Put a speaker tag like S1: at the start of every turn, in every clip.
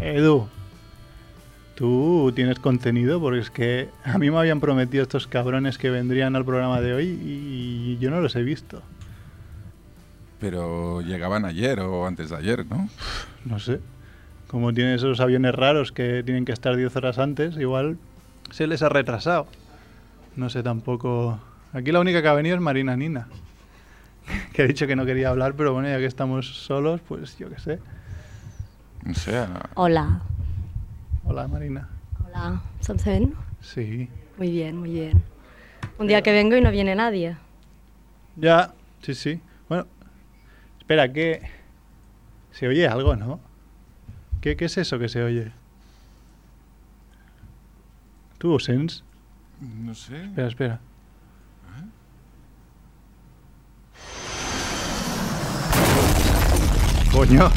S1: Edu, tú tienes contenido porque es que a mí me habían prometido estos cabrones que vendrían al programa de hoy y yo no los he visto.
S2: Pero llegaban ayer o antes de ayer, ¿no?
S1: No sé. Como tienen esos aviones raros que tienen que estar 10 horas antes, igual se les ha retrasado. No sé tampoco. Aquí la única que ha venido es Marina Nina, que ha dicho que no quería hablar, pero bueno, ya que estamos solos, pues yo qué sé.
S2: O sea,
S3: Hola.
S1: Hola Marina.
S3: Hola. ¿Som se ven?
S1: Sí.
S3: Muy bien, muy bien. Un día que vengo y no viene nadie.
S1: Ya, sí, sí. Bueno, espera, que se oye algo, ¿no? ¿Qué, qué es eso que se oye? ¿Tú, Sens?
S2: no sé.
S1: Espera, espera. Coño,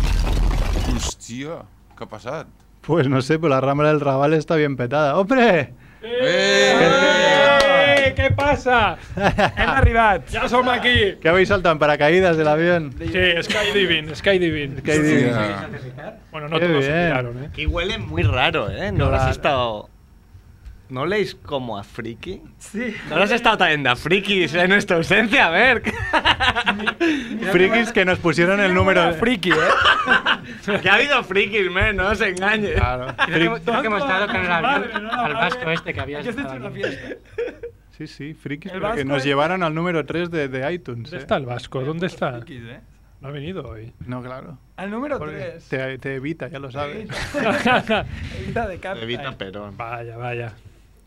S2: Hòstia, què ha passat?
S1: pues no sé, pero la rama del Raval está bien petada. ¡Hombre!
S4: Eh, què passa? Hem arribat. Ja som aquí.
S1: ¿Qué habéis saltado en paracaídas del avión?
S4: Sí, skydiving, skydiving.
S1: ¿Qué hay de-
S4: Bueno, no
S1: Qué
S4: todos se
S1: bien.
S4: tiraron, eh.
S5: Aquí huele muy raro, ¿eh? No
S1: Claro.
S5: has estado... ¿No leéis como a friki?
S4: Sí.
S5: No has estado también a frikis en nuestra ausencia, a ver.
S1: Frikis que nos pusieron el número de...
S4: Friki, eh.
S5: que ha habido frikis, men, no os engañes.
S1: Claro.
S6: Creo que, creo que hemos dado con el
S4: Madre,
S6: avión
S4: no,
S6: al
S4: madre.
S6: vasco este que habías
S4: Aquí has
S6: estado
S4: hecho una
S6: aquí.
S4: fiesta.
S1: Sí, sí, frikis,
S4: El
S1: pero que
S4: vasco
S1: nos
S4: es-
S1: llevaron al número 3 de, de iTunes.
S4: ¿Dónde
S1: ¿eh?
S4: está el vasco? ¿Dónde está?
S7: ¿eh?
S4: No ha venido hoy.
S1: No, claro.
S7: Al número
S1: Porque
S7: 3.
S1: te, te evita, ya lo sabes.
S7: Evita de cap.
S5: Evita Perón.
S4: Vaya, vaya.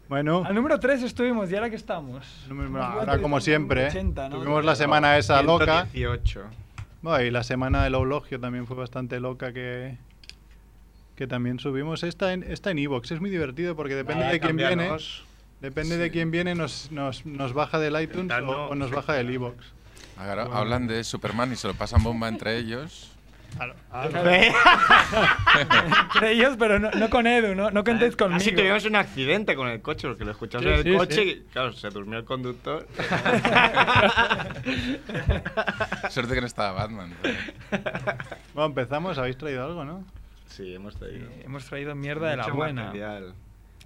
S1: Bueno,
S7: Al número 3 estuvimos y ahora que estamos.
S1: número-
S7: Hemos
S1: ahora
S7: vuelto
S1: como
S7: y
S1: siempre, ¿eh?
S7: 80, ¿no?
S1: tuvimos la semana esa loca.
S5: 118.
S1: Bueno, y la semana del Eulogio también fue bastante loca que, que también subimos. Esta en esta en Evox, es muy divertido porque depende
S5: Ah,
S1: de quién viene.
S5: cámbianos.
S1: Depende de quién viene, nos, nos, nos baja del iTunes o,
S5: Intentando-
S1: o nos baja del Evox.
S2: Ahora hablan de Superman y se lo pasan bomba entre ellos.
S7: Entre ellos, pero no, no con Edu, no, no contéis conmigo.
S5: Así tuvimos un accidente con el coche, porque lo escuchamos
S4: Sí,
S5: en el
S4: sí,
S5: coche
S4: sí.
S5: y, claro, se durmió el conductor.
S2: Suerte que no estaba Batman. ¿eh?
S1: Bueno, empezamos, habéis traído algo, ¿no?
S5: sí, hemos
S7: Sí,
S5: traído.
S7: Hemos traído mierda de la
S5: mucho
S7: buena.
S5: material,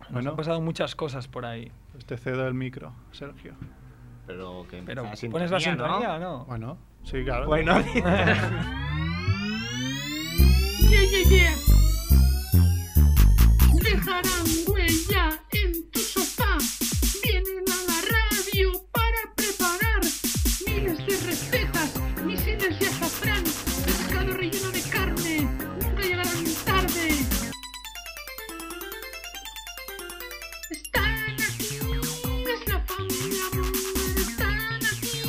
S7: Nos
S1: Bueno,
S7: han pasado muchas cosas por ahí.
S1: pues te cedo el micro, Sergio.
S5: Pero que
S7: Pero
S1: Ah,
S5: empieza
S7: pones la sintonía,
S5: ¿no?
S7: ¿no?
S1: Bueno, sí, claro.
S5: Bueno,
S8: Yeah, yeah, yeah. Dejarán huella en tu sofá. Vienen a la radio para preparar miles de recetas, misiles de azafrán, pescado relleno de carne. Nunca llegarán tarde. Están aquí, es la familia Munger. Están aquí,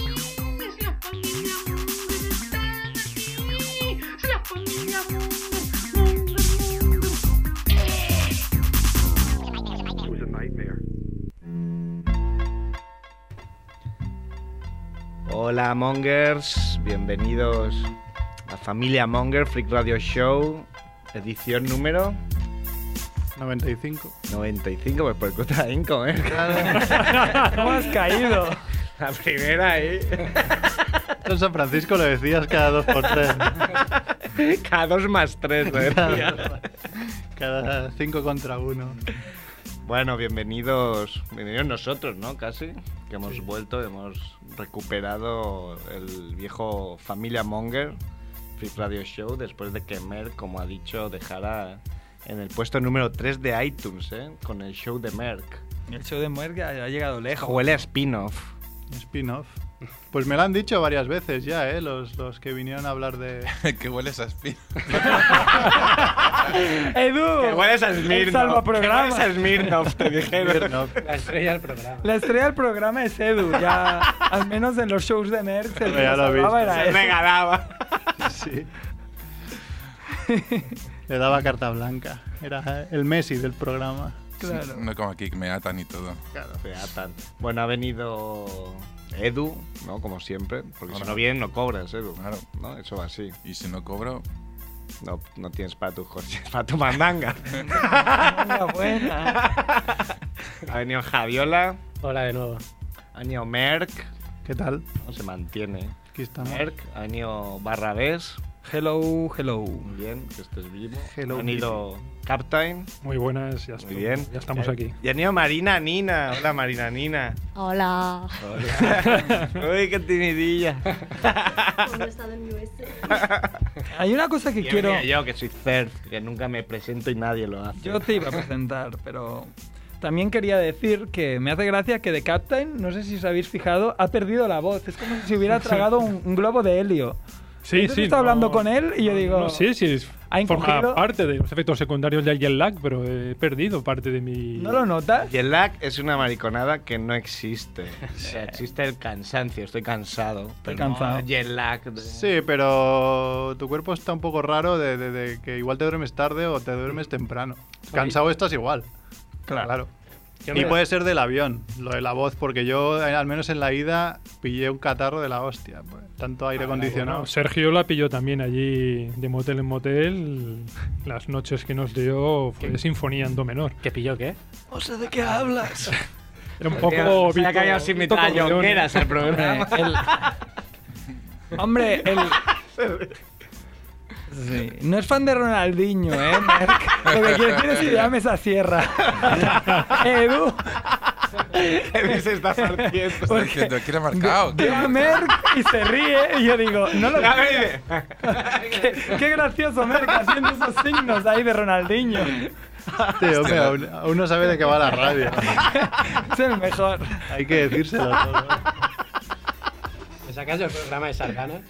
S8: es la familia Munger. Están aquí, es la familia Munger. Munger, Munger.
S5: Hola Mongers, bienvenidos a Familia Monger Freak Radio Show, edición número
S1: 95.
S5: 95, pues por cuota de Inco, ¿eh?
S7: ¿Cómo has caído?
S5: La primera ¿eh? ahí,
S1: Esto en San Francisco lo decías cada dos por tres.
S5: cada dos más tres, ¿eh? ¿no?
S1: Cada, cada cinco contra uno.
S5: Bueno, bienvenidos, bienvenidos nosotros, ¿no? Casi, que hemos vuelto, hemos recuperado el viejo Familia Monger Free Radio Show después de que Mer, como ha dicho, dejara en el puesto número 3 de iTunes, ¿eh? Con el show de Merck.
S7: El show de Muerga ha llegado lejos.
S5: Huele a spin-off.
S1: Spin-off. Pues me lo han dicho varias veces ya, ¿eh? Los, los que vinieron a hablar de...
S2: que hueles a Spin.
S7: Edu,
S5: Que hueles a Smirnoff.
S7: el salvaprograma.
S5: Que hueles a Smirnoff, te dijeron.
S1: No,
S6: La estrella del programa.
S7: La estrella del programa es Edu, ya al menos en los shows de Merck el que
S1: Ya
S7: nos
S1: lo he visto.
S7: hablaba era
S5: Se
S7: Edu.
S5: regalaba.
S1: sí. Le daba carta blanca. Era el Messi del programa.
S7: Claro.
S2: No como aquí, que me atan y todo.
S5: Se atan. Bueno, ha venido Edu, ¿no? Como siempre. Porque
S2: Hola.
S5: si no vienes, no cobras, Edu.
S2: Claro.
S5: ¿No? Eso va así.
S2: Y si no cobro,
S5: No, no tienes para tu coche, para tu mandanga.
S7: Buena, buena.
S5: ha venido Javiola,
S6: Hola de nuevo.
S5: ha venido Merck.
S1: ¿Qué tal?
S5: No se mantiene.
S1: Aquí estamos.
S5: Merck, ha venido Barrabés.
S7: Hello, hello.
S5: Bien, que estés vivo.
S1: Hello,
S5: Han ido Captain.
S4: Muy buenas, ya, está-
S5: Muy bien.
S4: ya estamos
S5: Eh,
S4: aquí.
S5: Y han ido Marina Nina. Hola, Marina Nina.
S3: Hola.
S5: Uy, qué timidilla.
S3: ¿Cómo he estado en US?
S7: Hay una cosa que
S5: Y
S7: quiero.
S5: mira, yo que soy third, que nunca me presento y nadie lo hace.
S7: Yo te iba a presentar, pero también quería decir que me hace gracia que The Captain, no sé si os habéis fijado, ha perdido la voz. Es como si hubiera tragado un, un globo de helio.
S4: Sí,
S7: Entonces
S4: sí.
S7: estaba hablando con él y yo
S4: no,
S7: digo,
S4: No sé si es-
S7: ¿ha
S4: forma
S7: encogido?
S4: parte de los efectos secundarios del jet lag, pero he perdido parte de mi.
S7: ¿No lo notas?
S5: Y el lag es una mariconada que no existe. O sea, existe el cansancio, estoy cansado. pero no
S7: cansado.
S5: Y el lag. de-
S1: Sí, pero tu cuerpo está un poco raro de, de- de que igual te duermes tarde o te duermes temprano. Cansado estás igual. Claro. Y puede ser del avión, lo de la voz, porque yo, eh, al menos en la ida, pillé un catarro de la hostia. pues, tanto aire acondicionado.
S4: Bueno, Sergio la pilló también allí de motel en motel. Las noches que nos dio fue sinfonía en do menor.
S8: ¿Qué pilló qué?
S7: O sea, ¿de qué hablas?
S4: Era un poco.
S5: Se ha
S4: Vito-
S5: caído sin
S4: Vito Corleone.
S5: metralloneras el programa.
S7: Hombre, el... Sí. No es fan de Ronaldinho, ¿eh? Merck? Lo que quiere decir es ideame esa sierra. Edu,
S5: Él se está partiendo.
S2: Está diciendo, ¿quién ha marcado?
S7: ve a Merck y se ríe. Y yo digo, no lo
S5: A ver,
S7: qué, qué gracioso Merck haciendo esos signos ahí de Ronaldinho.
S1: Tío, hombre, aún, aún no sabe de qué va la radio.
S7: Es el mejor.
S1: Hay que decírselo. todo.
S8: ¿Me
S5: Pues
S8: sacas el programa de Sarganas?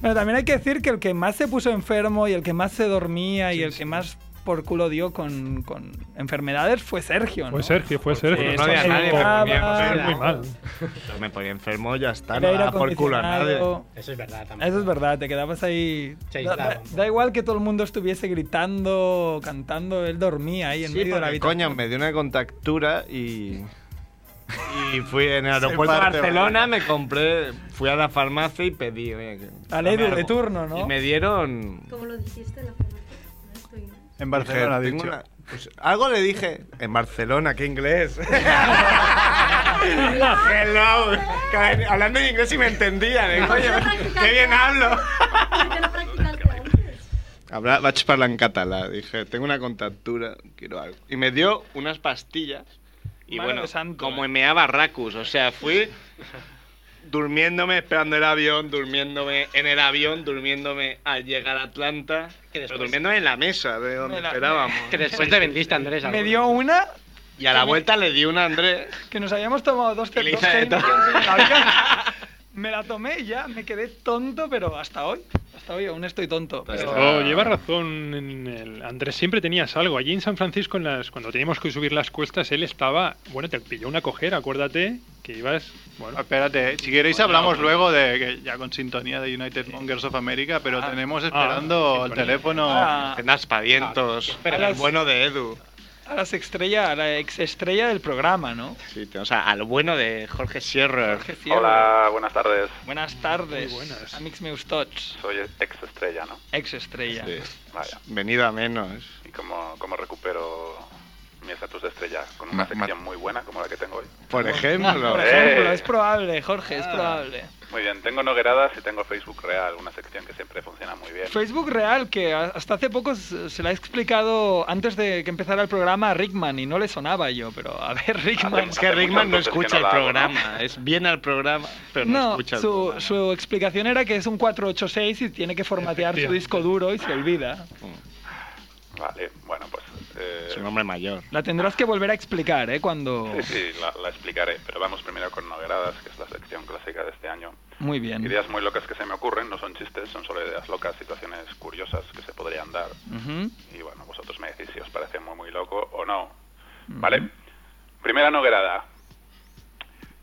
S7: Pero también hay que decir que el que más se puso enfermo y el que más se dormía y el que más por culo dio con, con enfermedades fue Sergio, ¿no?
S4: Fue Sergio, fue Sergio.
S5: Pues no había
S4: Estaba
S5: nadie,
S4: muy-
S5: pero bien,
S4: muy
S5: pero-
S4: mal.
S5: Yo me ponía enfermo, ya está.
S7: El
S5: No
S7: aire
S5: daba Ah, por culo a nadie.
S7: acondicionado.
S8: Eso es verdad también.
S7: Eso es verdad, te quedabas ahí. Da,
S8: Se aislaba
S7: da-
S8: un poco.
S7: da igual que todo el mundo estuviese gritando, cantando, él dormía ahí en
S5: Sí,
S7: medio de la
S5: porque,
S7: habitación.
S5: coño, me dio una contactura y. Y fui en el aeropuerto de
S1: parte,
S5: Barcelona, me compré, fui a la farmacia y pedí. oye, que-
S7: Al
S5: dame
S7: Edu de
S5: algo.
S7: turno, ¿no?
S5: Y me dieron.
S3: ¿Cómo lo dijiste en la farmacia? No estoy-
S1: En Barcelona, ha
S5: Dije, tengo
S1: dicho.
S5: una- pues, algo le dije. En Barcelona, qué inglés. Hello. Cada- Hablando en inglés y me entendían. eh, coño, qué bien hablo.
S3: ¿Por qué no practicaste antes?
S5: Habrá, vaig parlar en català. Dije, tengo una contactura, quiero algo. Y me dio unas pastillas. Y
S7: Madre
S5: bueno,
S7: santo,
S5: como
S7: eh.
S5: me daba racus. O sea, fui durmiéndome, esperando el avión, durmiéndome en el avión, durmiéndome al llegar a Atlanta.
S8: Que
S5: Pero
S8: después-
S5: durmiéndome en la mesa de donde
S7: Me la-
S5: esperábamos.
S8: Que después te vendiste, Andrés.
S7: Me
S8: alguna.
S7: dio una
S5: Y a la vuelta le di una a Andrés.
S7: que nos habíamos tomado dos
S5: Que le
S7: dos
S5: hice de
S7: Heineken
S5: todo.
S7: en el avión. Me la tomé y ya, me quedé tonto, pero hasta hoy. Hasta hoy aún estoy tonto.
S5: Pero-
S7: pero-
S4: Oh, lleva razón en el- Andrés, siempre tenías algo. Allí en San Francisco, en las, cuando teníamos que subir las cuestas, él estaba. Bueno, te pilló una cojera, acuérdate que ibas. Bueno,
S1: Ah,
S5: Ah,
S1: Espérate, si queréis hablamos luego de que ya con sintonía de United Mongers of America, pero
S5: Ah.
S1: tenemos esperando el teléfono.
S7: Ah,
S5: En
S9: Ah,
S5: aspavientos.
S7: Pero-
S5: al bueno de Edu.
S7: a las estrella, a la ex estrella del programa, ¿no?
S5: Sí, te- o sea, al bueno de Jorge Sierra.
S7: Qué cierto.
S9: Hola, buenas tardes.
S7: Buenas tardes.
S4: Muy buenas.
S7: Amix meus tots.
S9: Soy ex estrella, ¿no?
S7: Ex estrella.
S5: Sí.
S9: Vaya.
S5: Venido a menos.
S9: ¿Y cómo, cómo recupero mi estatus de estrella? Con una
S2: Ma-
S9: sección muy buena como la que tengo hoy.
S5: Por ejemplo.
S7: Por
S9: Eh.
S7: ejemplo, es probable, Jorge,
S5: Ah.
S7: es probable.
S9: Muy bien, tengo Nogueradas y tengo Facebook Real, una sección que siempre funciona muy bien.
S7: Facebook Real, que a- hasta hace poco se se la he explicado antes de que empezara el programa a Rickman y no le sonaba yo, pero a ver,
S9: Ah,
S7: Rickman.
S5: Es que Rickman no
S9: Entonces,
S5: escucha
S9: que
S5: el
S9: no la hago,
S5: programa. Es bien al programa, pero no,
S7: No,
S5: escucha el
S7: su,
S5: programa.
S7: su explicación era que es un 486 y tiene que formatear su
S4: Efectivamente.
S7: disco duro y se olvida.
S9: Vale, bueno, pues... eh,
S5: Es un hombre mayor.
S7: La tendrás que volver a explicar, ¿eh? Cuando...
S9: Sí, sí, la, la explicaré, pero vamos primero con Nogueradas, que es la sección clásica de este año.
S7: Muy bien.
S9: Ideas muy locas que se me ocurren, no son chistes, son solo ideas locas, situaciones curiosas que se podrían dar.
S7: Ujú.
S9: Y bueno, vosotros me decís si os parece muy muy loco o no. ¿Vale? Primera noguerada.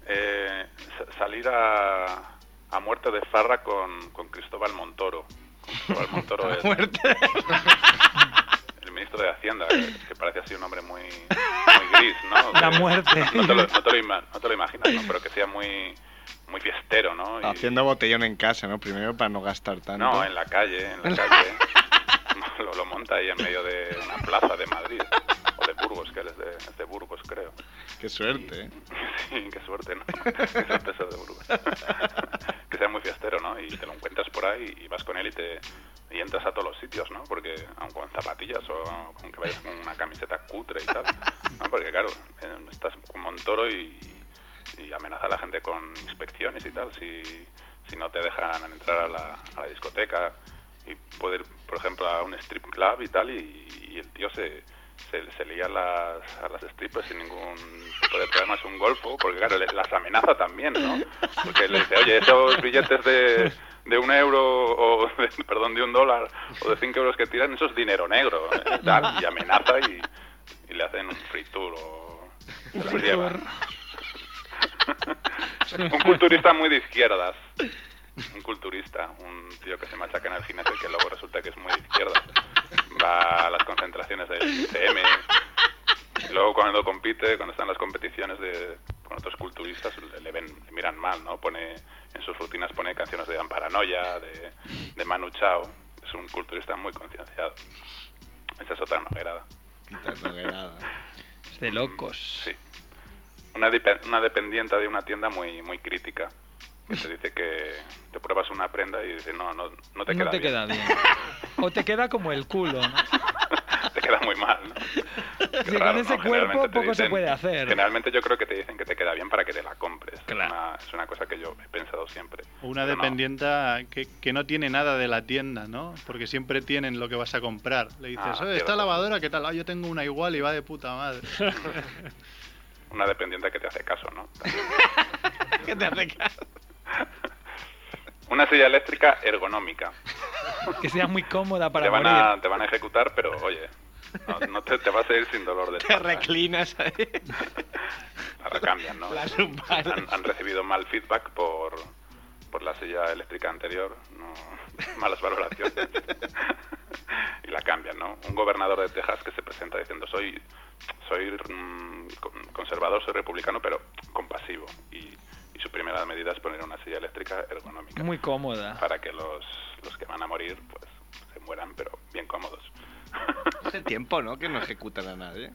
S9: Eh, sa- salir a, a muerte de farra con, con Cristóbal Montoro. Con Cristóbal Montoro es el ministro de Hacienda, que, que parece así un hombre muy, muy gris, ¿no?
S7: La
S9: Que-
S7: muerte.
S9: No te lo, no te lo ima- no te lo imaginas, ¿no? Pero que sea muy, muy fiestero, ¿no? Y-
S5: Haciendo botellón en casa, ¿no? Primero para no gastar tanto.
S9: no, en la calle, en la calle. lo, lo monta ahí en medio de una plaza de Madrid. O de Burgos, que él es de, es de Burgos, creo.
S5: Qué suerte. ¿eh?
S9: Sí, qué suerte, ¿no? Qué suerte ser de Burgos. que sea muy fiestero, ¿no? Y te lo encuentras por ahí y vas con él y te y entras a todos los sitios, ¿no? Porque aun con zapatillas o aunque vayas con una camiseta cutre y tal, ¿no? Porque claro, eh, estás con Montoro y, y amenaza a la gente con inspecciones y tal si, si no te dejan entrar a la, a la discoteca y puede ir, por ejemplo, a un strip club y tal y, y el tío se, se, se lía a las, a las strippers sin ningún tipo de problema, es un golfo, porque claro, le- las amenaza también, ¿no? Porque le dice, oye, esos billetes de, de un euro, o de- perdón, de un dólar, o de cinco euros que tiran, eso es dinero negro, ¿eh? tal, y amenaza y, y le hacen un free tour o se los llevan. un culturista muy de izquierdas. Un culturista, un tío que se machaca en el gimnasio y que luego resulta que es muy de izquierdas. Va a las concentraciones del ICM. Y luego cuando compite, cuando están las competiciones de, con otros culturistas, le, le ven, le miran mal, ¿no? Pone, en sus rutinas pone canciones de Amparanoia, de, de Manu Chao. Es un culturista muy concienciado. Esa es otra noguerada.
S7: Es de locos.
S9: Mm, Sí. Una, depe- una dependiente de una tienda muy muy crítica. Que te dice que te pruebas una prenda y dice, no, no, no te
S7: no
S9: queda
S7: te
S9: bien.
S7: queda bien. O te queda como el culo, ¿no?
S9: te queda muy mal. ¿no? Qué
S7: Si
S9: raro,
S7: con ese
S9: ¿no?
S7: cuerpo
S9: Generalmente te
S7: poco se
S9: dicen-
S7: puede hacer.
S9: Generalmente yo creo que te dicen que te queda bien para que te la compres.
S7: Claro.
S9: Es, una, es una cosa que yo he pensado siempre.
S1: O Una
S9: Pero no.
S1: dependienta que, que no tiene nada de la tienda, ¿no? Porque siempre tienen lo que vas a comprar. Le dices,
S9: Ah,
S1: "Oye, esta
S9: cierto.
S1: lavadora, ¿qué tal? Ah, yo tengo una igual y va de puta madre.
S9: Una dependiente que te hace caso, ¿no? También.
S10: ¿Qué te hace caso?
S9: Una silla eléctrica ergonómica.
S7: Que sea muy cómoda
S9: te,
S7: para
S9: van
S7: morir.
S9: a, te van a ejecutar, pero oye, no, no te, te vas a ir sin dolor de
S10: Te
S9: espalda, ¿eh?
S10: reclinas ahí.
S9: La recambian, ¿no?
S10: La lumbar.
S9: han, han recibido mal feedback por, por la silla eléctrica anterior, no, malas valoraciones. y la cambian, ¿no? Un gobernador de Texas que se presenta diciendo soy soy mm, con- conservador, soy republicano, pero compasivo. Y, y su primera medida es poner una silla eléctrica ergonómica
S7: Muy cómoda.
S9: para que los, los que van a morir pues se mueran, pero bien cómodos.
S10: Hace tiempo, ¿no? Que no ejecutan a nadie.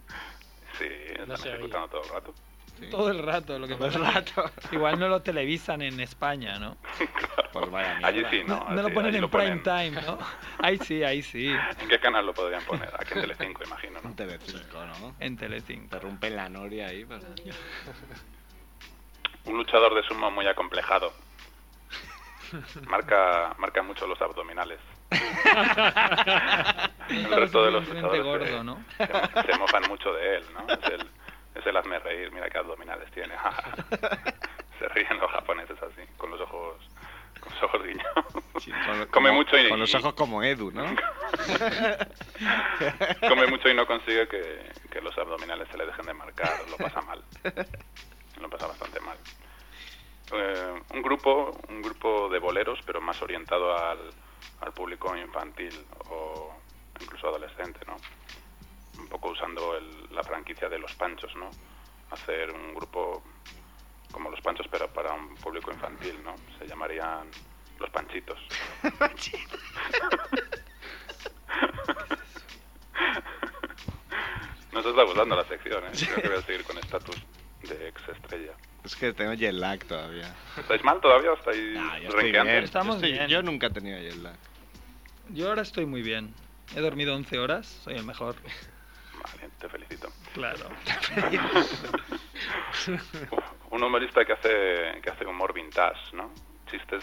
S9: sí,
S6: No
S9: están
S6: se oye.
S9: ejecutando todo el rato.
S10: Sí.
S7: Todo el rato, lo que
S10: Todo el
S7: pasa.
S10: rato.
S7: Igual no lo televisan en España, ¿no?
S10: Pues vaya mierda.
S9: Allí sí, ¿no?
S7: No, no
S9: Sí,
S7: lo ponen
S9: allí
S7: en
S9: lo
S7: prime
S9: ponen.
S7: time, ¿no? Ahí sí, ahí sí.
S9: ¿En qué canal lo podrían poner? Aquí en Telecinco, imagino, ¿no?
S10: Un TV5, ¿no?
S7: En Telecinco.
S10: Te rompen la noria ahí. pues. Pero...
S9: Un luchador de sumo muy acomplejado. Marca, marca mucho los abdominales. El
S7: Claro,
S9: resto de
S7: es
S9: los
S7: un
S9: luchadores
S7: gordo,
S9: se,
S7: ¿no?
S9: se- se mofan mucho de él, ¿no? Es el, es el hazme reír, mira qué abdominales tiene. se ríen los japoneses así, con los ojos, con los ojos guiñados. Come mucho y-
S10: Con los ojos como Edu, ¿no?
S9: Come mucho y no consigue que, que los abdominales se le dejen de marcar, lo pasa mal. Lo pasa bastante mal. Eh, un grupo, un grupo de boleros, pero más orientado al, al público infantil o incluso adolescente, ¿no? Un poco usando el- la franquicia de los panchos, ¿no? Hacer un grupo como los panchos, pero para un público infantil, ¿no? Se llamarían los panchitos. Nos está gustando la sección, ¿eh? Creo que voy a seguir con estatus de ex estrella.
S10: Es que tengo jet lag todavía.
S9: ¿Estáis mal todavía? ¿Estáis
S10: Nah, yo estoy
S9: renqueando?
S10: bien.
S7: Estamos
S10: yo, estoy-
S7: bien.
S10: yo nunca he tenido jet lag.
S7: Yo ahora estoy muy bien. He dormido 11 horas, soy el mejor.
S9: Vale, te felicito.
S7: Claro.
S9: Uf, un humorista que hace, que hace humor vintage, ¿no? Chistes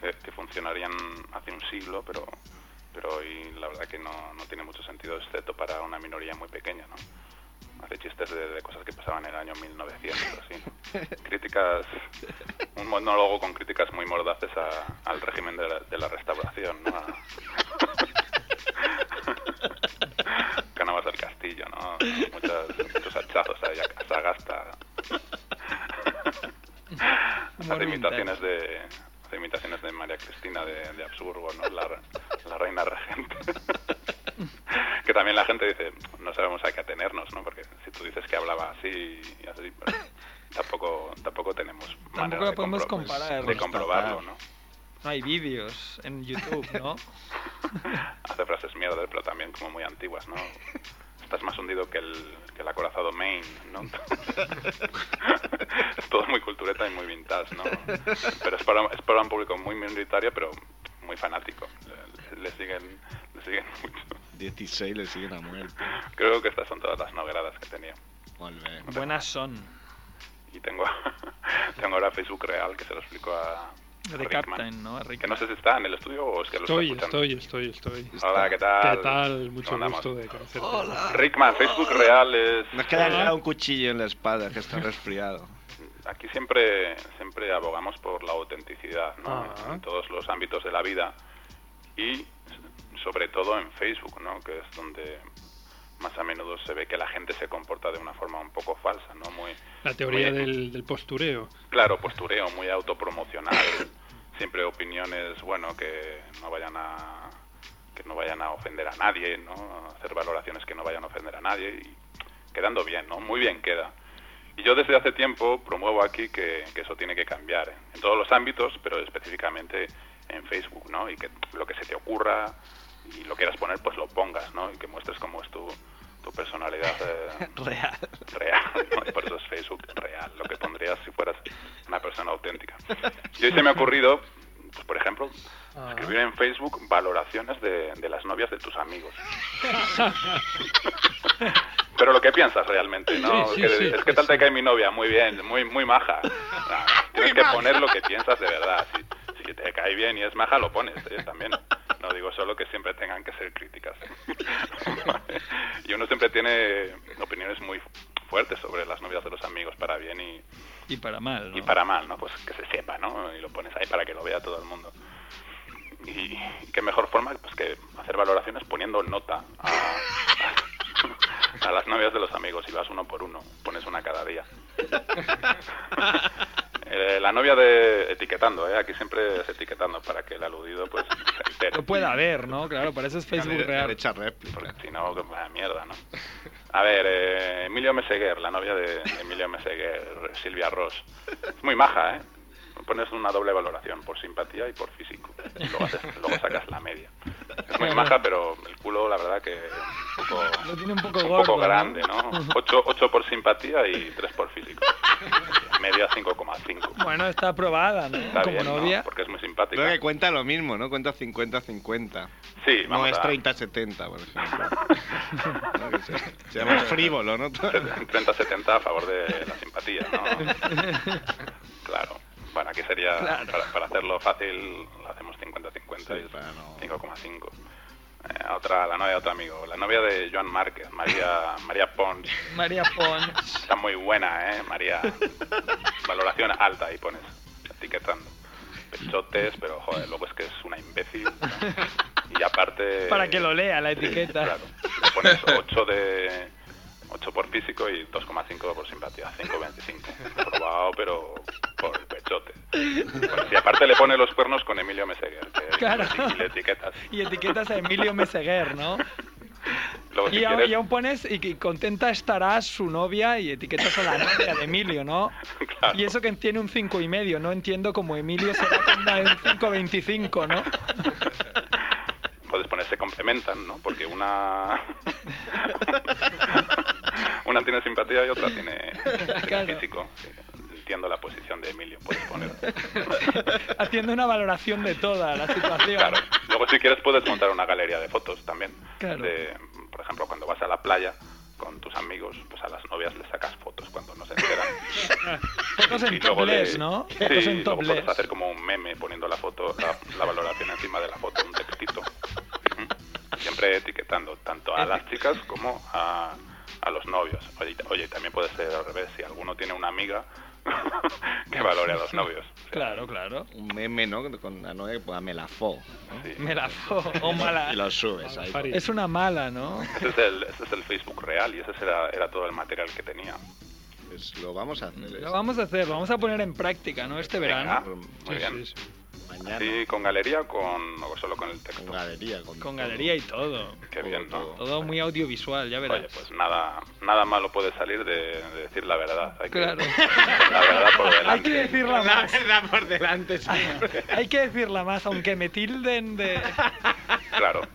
S9: que, que funcionarían hace un siglo, pero, pero hoy la verdad que no, no tiene mucho sentido, excepto para una minoría muy pequeña, ¿no? Hace chistes de, de cosas que pasaban en el año 1900, así, ¿no? Críticas, un monólogo con críticas muy mordaces a- al régimen de la, de la restauración, ¿no? A- Canabas del Castillo, ¿no? Muchas, muchos hachazos ahí a Sagasta.
S7: Humor
S9: Hace imitaciones de, hace imitaciones de María Cristina de, de Habsburgo, ¿no? La, la reina regente. que también la gente dice, no sabemos a qué atenernos, ¿no? Porque si tú dices que hablaba así y así, pero tampoco, tampoco tenemos manera
S7: la
S9: de
S7: podemos
S9: compro-
S7: comparar.
S9: de comprobarlo, ¿no?
S7: No hay vídeos en YouTube, ¿no?
S9: hace frases mierdas, pero también como muy antiguas, ¿no? estás más hundido que el, que el acorazado Maine, ¿no? es todo muy cultureta y muy vintage, ¿no? Pero es para, es para un público muy minoritario, pero muy fanático. Le, le siguen, le siguen mucho.
S10: 16 le siguen a muerte.
S9: Creo que estas son todas las novedades que tenía.
S10: Molt bé.
S7: Buenas son.
S9: Y tengo, tengo ahora Facebook Real, que se lo explico a...
S7: De
S9: Rickman.
S7: Captain, ¿no? A
S9: Que
S7: Rickman.
S9: no sé si está en el estudio o es que lo está
S4: Estoy,
S9: escuchando.
S4: estoy, estoy, estoy.
S9: Hola, ¿qué tal?
S4: ¿Qué tal? Mucho
S9: ¿Cómo andamos?
S4: gusto de conocerte.
S9: Rickman, Facebook Real es...
S10: Nos queda ya un cuchillo en la espalda que está resfriado.
S9: Aquí siempre, siempre abogamos por la autenticidad, ¿no?
S4: Ajá.
S9: En todos los ámbitos de la vida y sobre todo en Facebook, ¿no? Que es donde más a menudo se ve que la gente se comporta de una forma un poco falsa, ¿no? Muy,
S4: La teoría
S9: Oye.
S4: del, del postureo.
S9: claro, postureo, muy autopromocional. siempre opiniones, bueno, que no vayan a que no vayan a ofender a nadie, ¿no? Hacer valoraciones que no vayan a ofender a nadie y quedando bien, ¿no? Muy bien queda. Y yo desde hace tiempo promuevo aquí que, que eso tiene que cambiar ¿eh? en todos los ámbitos, pero específicamente en Facebook, ¿no? Y que lo que se te ocurra y lo quieras poner, pues lo pongas, ¿no? Y que muestres cómo es tu, tu personalidad eh,
S10: Real.
S9: real, ¿no? Y por eso es Facebook real, lo que pondrías si fueras una persona auténtica. Y hoy se me ha ocurrido, pues, por ejemplo, escribir en Facebook valoraciones de, de las novias de tus amigos. Pero lo que piensas realmente, ¿no?
S4: Sí, sí,
S9: Que-
S4: sí,
S9: es
S4: sí,
S9: que tal te
S4: sí.
S9: cae mi novia, muy bien, muy muy maja. Ah, tienes que poner lo que piensas de verdad. Si, si te cae bien y es maja, lo pones ¿eh? también. No digo solo que siempre tengan que ser críticas. ¿eh? y uno siempre tiene opiniones muy fuertes sobre las novias de los amigos, para bien y,
S7: Y para mal, ¿no?
S9: y para mal, ¿no? Pues que se sepa, ¿no? Y lo pones ahí para que lo vea todo el mundo. Y qué mejor forma pues que hacer valoraciones poniendo nota a, a las novias de los amigos y vas uno por uno, pones una cada día. Eh, la novia de etiquetando, ¿eh? Aquí siempre es etiquetando para que el aludido pues se entere.
S7: Lo puede haber, ¿no? Claro, para eso es Facebook real.
S10: Derecha réplica.
S9: Porque si no, vaya mierda, ¿no? A ver, eh, Emilio Meseguer, la novia de de Emilio Meseguer, Silvia Ross. Es muy maja, ¿eh? Pones una doble valoración, por simpatía y por físico. Luego, haces- luego sacas la media. Es muy maja, pero el culo, la verdad, que un poco,
S7: Lo tiene un poco
S9: un
S7: gordo,
S9: poco
S7: ¿no?
S9: grande, ¿no? 8, por simpatía y 3 por físico. Media 5,5.
S7: Bueno, está aprobada, ¿no?
S9: Está
S7: Como
S9: bien, ¿no?
S7: novia.
S9: Porque es muy simpática.
S10: Creo que cuenta lo mismo, ¿no? Cuenta 50-50.
S9: Sí,
S10: No
S9: vamos
S10: es
S9: a-
S10: 30-70, por ejemplo. No, que se, se llama frívolo, ¿no?
S9: 30-70 a favor de la simpatía, ¿no? Claro. Bueno, aquí sería, para, para hacerlo fácil, lo hacemos 50-50 y
S10: Sí,
S9: es
S10: para no-
S9: 5,5. Eh, otra, la novia de otro amigo, la novia de Joan Márquez, María, María Pons.
S7: María Pons.
S9: Está muy buena, ¿eh, María? Valoración alta ahí pones, etiquetando. Pechotes, pero joder, luego es que es una imbécil. ¿no? Y aparte...
S7: Para que lo lea la
S9: Sí, Eh,
S7: etiqueta.
S9: Claro. Le pones 8 de 8 por físico y 2,5 por simpatía, 5,25. Probado, pero por el pechote. Bueno, y aparte le pone los cuernos con Emilio Meseguer, que
S7: Claro.
S9: y le etiquetas.
S7: Y etiquetas a Emilio Meseguer, ¿no?
S9: Luego, si
S7: Y aún,
S9: quieres-
S7: y aún pones y, que contenta estará su novia y etiquetas a la novia de Emilio, ¿no?
S9: Claro.
S7: Y eso que tiene un cinco y medio, no entiendo cómo Emilio se da cuenta de un 5.25, ¿no?
S9: Puedes poner se complementan, ¿no? Porque una... una tiene simpatía y otra tiene, tiene
S7: Claro.
S9: físico. Entiendo la posición de Emilio, puedes poner.
S7: Haciendo una valoración de toda la situación.
S9: Claro. Luego, si quieres, puedes montar una galería de fotos también.
S7: Claro.
S9: De, por ejemplo, cuando vas a la playa con tus amigos, pues a las novias les sacas fotos cuando no se enteran.
S7: Fotos en
S9: Y luego le-
S7: topless, ¿no?
S9: Sí,
S7: Fotos en
S9: y luego
S7: topless.
S9: puedes hacer como un meme poniendo la foto, la, la valoración encima de la foto, un textito. Ujú. Siempre etiquetando tanto a las chicas como a, a los novios. Oye, y ta- oye, también puede ser al revés. Si alguno tiene una amiga, que valore a los novios.
S7: Claro, claro.
S10: Un meme, ¿no? Con la novia, pues me la fo.
S9: Sí.
S7: Me la fo. O mala.
S10: Y lo subes ahí.
S4: Fari.
S7: Es una mala, ¿no?
S9: Ese es, el, ese es el Facebook real y ese era, era todo el material que tenía.
S10: Pues lo vamos a hacer.
S7: Lo vamos a hacer, lo vamos a poner en práctica, ¿no? Este verano.
S9: Venga,
S4: Sí,
S9: muy bien.
S4: sí, sí.
S10: Mañana.
S9: ¿Sí, con galería o, con, o solo con el texto?
S10: Con galería. Con,
S7: Con galería y todo.
S9: Qué bien, ¿no?
S7: Todo muy audiovisual, ya verás.
S9: Oye, pues nada, nada malo puede salir de, de decir la verdad. Hay que-
S7: Claro.
S9: pues, la verdad por delante.
S7: Hay que decirla
S6: La
S7: más.
S6: verdad por delante, sí.
S7: Hay que decirla más, aunque me tilden de.
S9: Claro.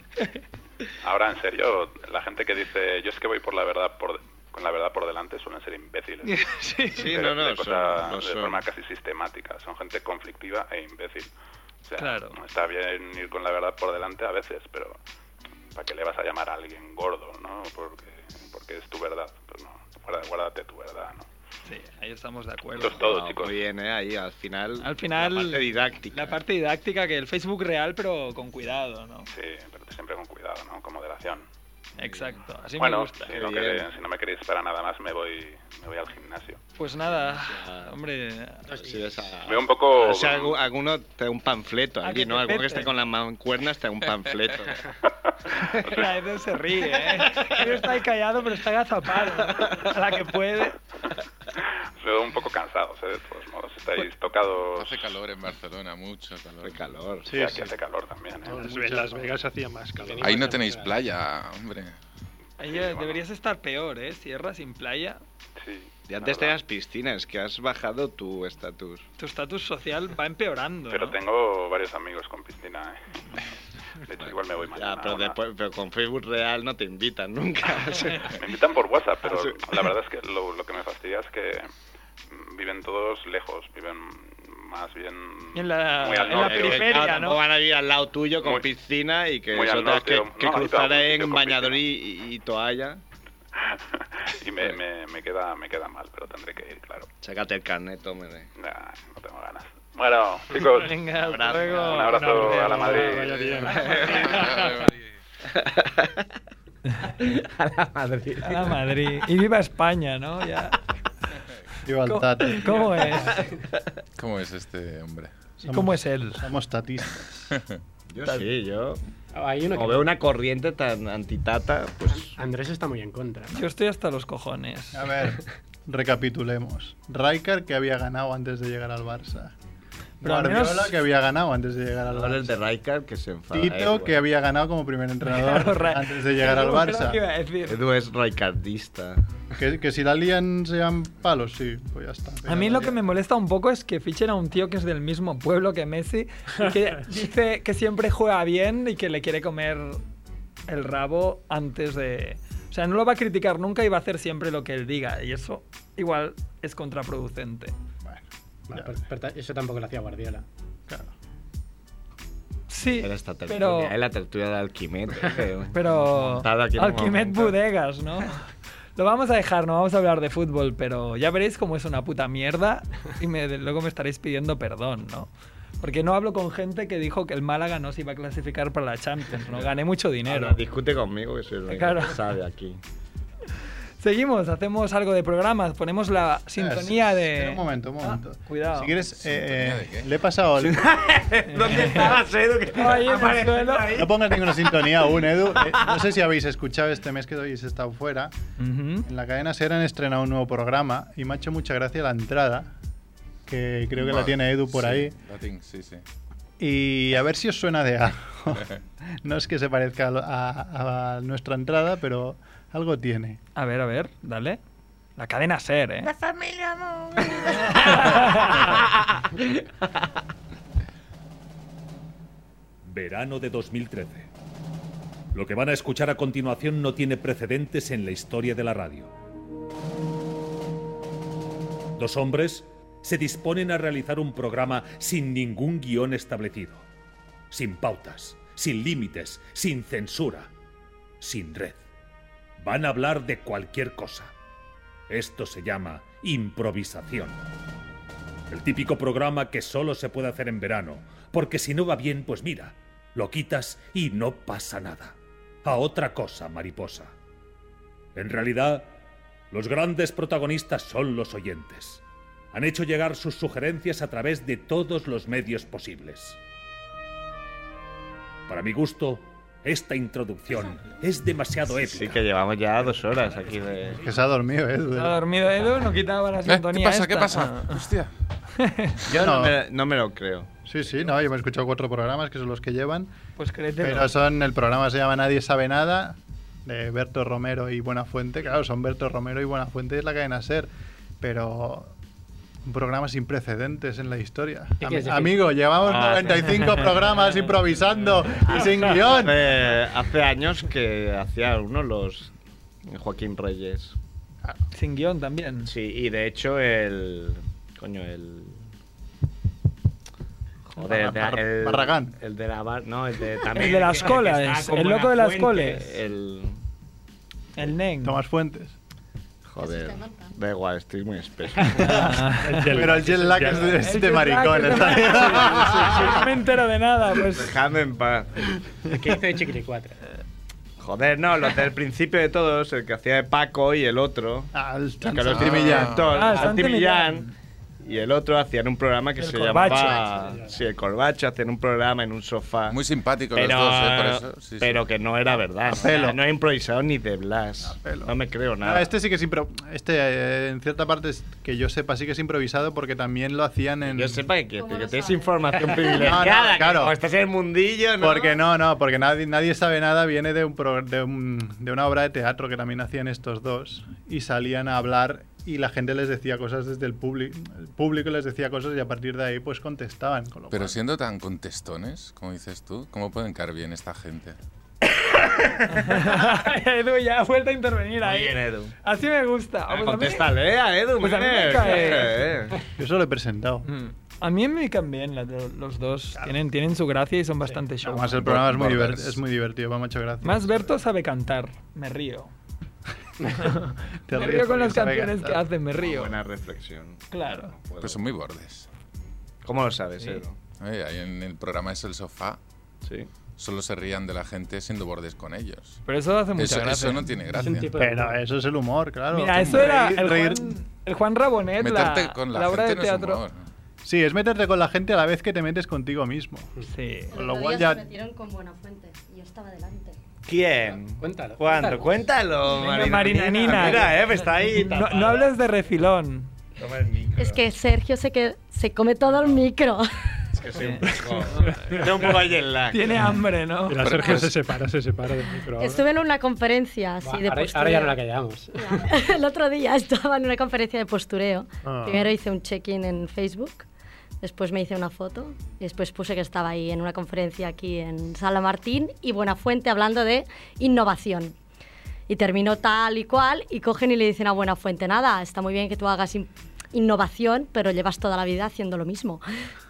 S9: Ahora, en serio, la gente que dice yo es que voy por la verdad por, con la verdad por delante suelen ser imbéciles.
S4: Sí.
S10: Sí,
S9: De-
S10: no, no,
S9: de, cosa-
S10: son- lo
S9: de
S10: son.
S9: forma casi sistemática. Son gente conflictiva e imbécil. O sea,
S7: Claro.
S9: está bien ir con la verdad por delante a veces, pero ¿para qué le vas a llamar a alguien gordo, no? Porque, porque es tu verdad. Pues no, guarda- guárdate tu verdad, ¿no?
S7: Sí, ahí estamos de acuerdo.
S9: Esto es todo,
S10: Ah,
S9: chicos.
S10: Muy bien, ¿eh? Ahí, al final.
S7: Al final,
S10: La parte didáctica.
S7: La parte didáctica que el Facebook real, pero con cuidado, ¿no?
S9: Sí, pero siempre con cuidado, ¿no? Con moderación.
S7: Exacto, así me
S9: bueno,
S7: gusta. eh,
S9: si no,
S10: Qué bien.
S9: queréis- si no me queréis para nada más, me voy, me voy al gimnasio.
S7: Pues nada, hombre,
S10: Sí, esa-
S9: Veo un poco...
S10: O sea, algu- alguno te da un panfleto
S7: Ah,
S10: allí,
S7: que
S10: ¿no?
S7: te
S10: Alguno que
S7: pete.
S10: esté con las mancuernas te da un panfleto.
S7: la Eden se ríe, ¿eh? Él está ahí callado, pero está agazapado. A la que puede.
S9: Os veo un poco cansados, ¿eh? De todos modos, estáis tocados.
S2: Hace calor en Barcelona, mucho calor.
S10: Qué calor.
S9: Sí, aquí hace calor también, ¿eh?
S4: Las, Las Vegas hacía más calor.
S2: Ahí no tenéis playa, hombre.
S7: Ahí eh, deberías estar peor, ¿eh? Sierra sin playa.
S9: Sí.
S10: Ya
S9: la
S10: antes
S9: verdad.
S10: tenías piscinas, que has bajado tu estatus.
S7: Tu estatus social va empeorando.
S9: Pero
S7: ¿no?
S9: tengo varios amigos con piscina, ¿eh? De hecho, igual me voy mañana.
S10: Ya, pero,
S9: a una.
S10: después, pero con Facebook real no te invitan nunca. O sea,
S9: Me invitan por WhatsApp, pero
S10: Ah, sí.
S9: la verdad es que lo, lo que me fastidia es que mm, viven todos lejos, viven más bien...
S7: En la-
S9: muy al
S7: en la
S9: norte.
S7: periferia.
S10: claro,
S7: ¿no?
S10: tampoco van a ir al lado tuyo con
S9: Muy-
S10: piscina y que
S9: muy
S10: eso
S9: al
S10: tengas
S9: norte,
S10: que,
S9: o- no,
S10: que
S9: ahí está,
S10: cruzar
S9: algún sitio
S10: en
S9: con
S10: bañador y, y- y toalla.
S9: Y me, me, me queda, me queda mal, pero tendré que ir, claro.
S10: Sácate el carnet, hombre.
S9: Nah, no tengo ganas. Bueno, chicos,
S7: Venga, hasta
S10: abrazo,
S7: luego.
S9: un abrazo a la Madrid.
S4: Vaya bien.
S6: A la Madrid.
S7: A la Madrid. Y viva España, ¿no? Ya.
S1: Viva el
S7: ¿Cómo,
S1: Tata.
S7: cómo es?
S2: ¿Cómo es este hombre?
S7: ¿Y cómo es él?
S1: Somos tatistas.
S10: Yo sí, yo.
S6: Hay uno
S10: Como
S6: que-
S10: veo una corriente tan antitata, pues.
S6: Andrés está muy en contra.
S7: Yo estoy hasta los cojones.
S1: A ver, recapitulemos. Rijkaard que había ganado antes de llegar al Barça.
S7: Pero al
S1: Guardiola
S7: menos-
S1: que había ganado antes de llegar al
S10: Valores de
S1: Barça.
S10: Raikar que se
S2: eh,
S10: enfada. Eh,
S1: Tito
S10: Edu,
S1: que había ganado como primer entrenador
S7: Ra-
S1: antes de llegar al
S7: Era lo
S1: Barça.
S7: que iba a decir.
S10: Edu es Raikardista.
S1: Que, que si la lían sean palos, sí, pues ya está.
S7: A mí lo que me molesta un poco es que fichen a un tío que es del mismo pueblo que Messi, y que dice que siempre juega bien y que le quiere comer el rabo antes de... O sea, no lo va a criticar nunca y va a hacer siempre lo que él diga. Y eso igual es contraproducente.
S6: Bueno, pero- pero ta- eso tampoco lo hacía Guardiola.
S7: Sí,
S10: Era esta tertulia.
S7: pero...
S5: ¿eh?
S10: Es la tertulia de Alquimete.
S7: Pero...
S10: Montada aquí en un
S7: Alquimed
S10: momento.
S7: Bodegas, ¿no? Lo vamos a dejar, no vamos a hablar de fútbol, pero ya veréis cómo es una puta mierda y me- luego me estaréis pidiendo perdón, ¿no? Porque no hablo con gente que dijo que el Málaga no se iba a clasificar para la Champions, ¿no? Gané mucho dinero.
S10: Ahora discute conmigo que soy el único
S7: Claro.
S10: que sabe aquí.
S7: Seguimos, hacemos algo de programas, ponemos
S1: Ah,
S7: la sintonía de...
S1: Un momento, un momento.
S7: Ah, cuidado.
S1: Si quieres, eh,
S2: ¿Sintonía
S1: eh,
S2: de qué?
S1: le he pasado. el-
S10: ¿Dónde estabas, Edu? Que
S7: Ahí en el suelo.
S1: No pongas ninguna sintonía aún, Edu. Eh, no sé si habéis escuchado este mes que habéis estado fuera.
S7: Ujú.
S1: En la cadena Ser han estrenado un nuevo programa y me ha hecho mucha gracia la entrada, que creo que la
S2: Vale,
S1: tiene Edu por
S2: sí,
S1: ahí.
S2: La tin- sí, sí.
S1: Y a ver si os suena de algo. no es que se parezca a lo- a, a nuestra entrada, pero algo tiene.
S7: A ver, a ver, dale. La cadena ser, ¿eh?
S11: Verano de 2013. Lo que van a escuchar a continuación no tiene precedentes en la historia de la radio. Dos hombres se disponen a realizar un programa sin ningún guión establecido, sin pautas, sin límites, sin censura, sin red. Van a hablar de cualquier cosa. Esto se llama improvisación. El típico programa que solo se puede hacer en verano, porque si no va bien, pues mira, lo quitas y no pasa nada. A otra cosa, mariposa. En realidad, los grandes protagonistas son los oyentes. Han hecho llegar sus sugerencias a través de todos los medios posibles. Para mi gusto, esta introducción es demasiado épica.
S10: Sí, que llevamos ya dos horas aquí de.
S1: Que se ha dormido, Edu.
S7: Ha dormido Edu, no quitaba la
S2: Eh,
S7: sintonía
S2: ¿Qué pasa? ¿Qué
S7: esta. Ah.
S2: pasa? Hostia.
S1: Yo
S10: No
S1: no.
S10: me, no me lo creo.
S1: Sí, sí, no, yo me he escuchado cuatro programas que son los que llevan.
S7: Pues créetelo.
S1: Pero son, el programa se llama Nadie sabe nada, de Berto Romero y Buenafuente. Claro, son Berto Romero y Buenafuente, es la cadena Ser. Pero Un programa sin precedentes en la historia.
S11: ¿Qué
S1: Ami-
S11: quieres decir?
S1: amigo, llevamos
S5: Ah, sí.
S1: 95 programas improvisando y sin guión.
S5: Hace, hace años que hacía uno los Joaquín Reyes.
S7: Sin guión también.
S5: Sí, y de hecho el. Coño, el. Joder,
S1: Barra-
S5: de- el,
S1: Barragán.
S5: El de la bar- No, el de también.
S7: El de las colas, el loco de las colas,
S5: El.
S7: el Neng.
S1: Tomás Fuentes.
S5: Joder. Da igual, estoy muy espeso.
S7: Ah.
S1: Pero el jet lag es de, es
S7: El
S1: de
S7: jet lag
S1: Este maricón.
S7: es de
S1: está bien.
S7: maricón, sí, sí, sí, No me entero de nada, pues.
S5: Dejadme en paz.
S11: El que hizo de Chiquiri 4.
S5: Joder, no, los del principio de todos, el que hacía de Paco y el otro.
S1: Ah, el
S5: El que lo
S1: chanza.
S2: tiene
S5: escribía
S2: Ah.
S5: actor,
S7: Ah, está
S5: Santi
S7: en
S5: Millán,
S7: Millán.
S5: y el otro hacían un programa que
S7: El
S5: se
S7: Corbacho.
S5: llamaba sí el Corbacho hacían un programa en un sofá
S2: Muy simpáticos
S5: pero,
S2: los dos, ¿eh? Por eso. sí, sí.
S5: pero que no era verdad
S1: A pelo.
S5: o sea, no he improvisado ni de Blas
S1: pelo.
S5: no me creo
S1: No,
S5: nada
S1: este sí que es impro- Este, eh, en cierta parte, es- que yo sepa, sí que es improvisado porque también lo hacían en.
S5: yo sepa que, que,
S3: ¿Cómo lo
S5: tienes
S3: sabes?
S5: información privilegiada
S1: No, no,
S5: que
S1: claro.
S5: como estás en el mundillo ¿no?
S1: Porque no, no, porque nadie, nadie sabe nada, viene de, un pro- de, un- de una obra de teatro que también hacían estos dos y salían a hablar y la gente les decía cosas desde el público, el público les decía cosas y a partir de ahí pues contestaban. con lo
S2: Pero
S1: cual-
S2: siendo tan contestones, como dices tú, ¿cómo pueden caer bien esta gente?
S7: Edu ya ha vuelto a intervenir
S5: Muy
S7: ahí.
S1: eh.
S5: bien, Edu.
S7: Así me gusta. Ah, pues a mí-
S5: Contéstale eh, a Edu,
S7: pues a mí me
S5: Miner.
S7: cae.
S5: Eh, eh.
S1: Yo solo he presentado.
S7: Mm. A mí me caen bien la- los dos. Tienen, tienen su gracia y son bastante show.
S1: Además el programa es muy,
S2: Borders.
S1: divertido, es muy divertido, va mucho gracias.
S7: Más Berto sabe cantar. Me río.
S1: Te
S7: me
S1: ríes
S7: río con
S1: porque
S7: las
S1: sabe
S7: canciones que
S1: cantar. Ah,
S7: hace, me río.
S5: buena reflexión
S7: Claro.
S5: Bueno.
S2: Pues son muy bordes.
S5: ¿Cómo lo sabes Edu?
S2: Eh, ahí en el programa es el sofá,
S5: sí
S2: solo se rían de la gente siendo bordes con ellos.
S7: Pero eso hace mucha
S2: Eso,
S7: gracia.
S2: eso no tiene gracia.
S11: Es un tipo de.
S1: Pero eso es el humor, claro.
S7: pues, Mira, eso era el
S1: Ah, Reír-
S7: Juan, el Juan Rabonet, la,
S2: Meterte con la,
S7: la obra
S2: gente
S7: de
S2: no es
S7: teatro.
S2: humor.
S1: Sí, es meterte con la gente a la vez que te metes contigo mismo.
S7: Sí.
S3: El
S1: Con lo
S3: otro
S1: cual
S3: día
S1: ya-
S3: se metieron con buena fuente y yo estaba delante.
S5: ¿Quién?
S11: Cuéntalo,
S5: ¿Cuándo? Cuéntalo,
S7: Venga,
S5: Marina.
S7: Marina Nina.
S5: Mira, eh, está ahí.
S7: No, no hables de refilón.
S5: Toma el micro.
S3: Es que Sergio se, que, se come todo el micro.
S5: Es que soy un poco. Tengo un poco ahí el lag.
S7: Tiene hambre, ¿no?
S2: Pero-
S4: Mira,
S2: pues,
S4: Sergio
S2: pero
S4: se
S2: es-
S4: separa, se separa del micro. ahora.
S3: Estuve en una conferencia así
S11: Va,
S3: de
S11: ahora,
S3: postureo.
S11: ahora ya no la callamos.
S3: El otro día estaba en una conferencia de postureo.
S4: Ah.
S3: Primero hice un check-in en Facebook, después me hice una foto y después puse que estaba ahí en una conferencia aquí en Sala Martín y Buenafuente hablando de innovación. Y terminó tal y cual y cogen y le dicen a Buenafuente, nada, está muy bien que tú hagas in- innovación, pero llevas toda la vida haciendo lo mismo.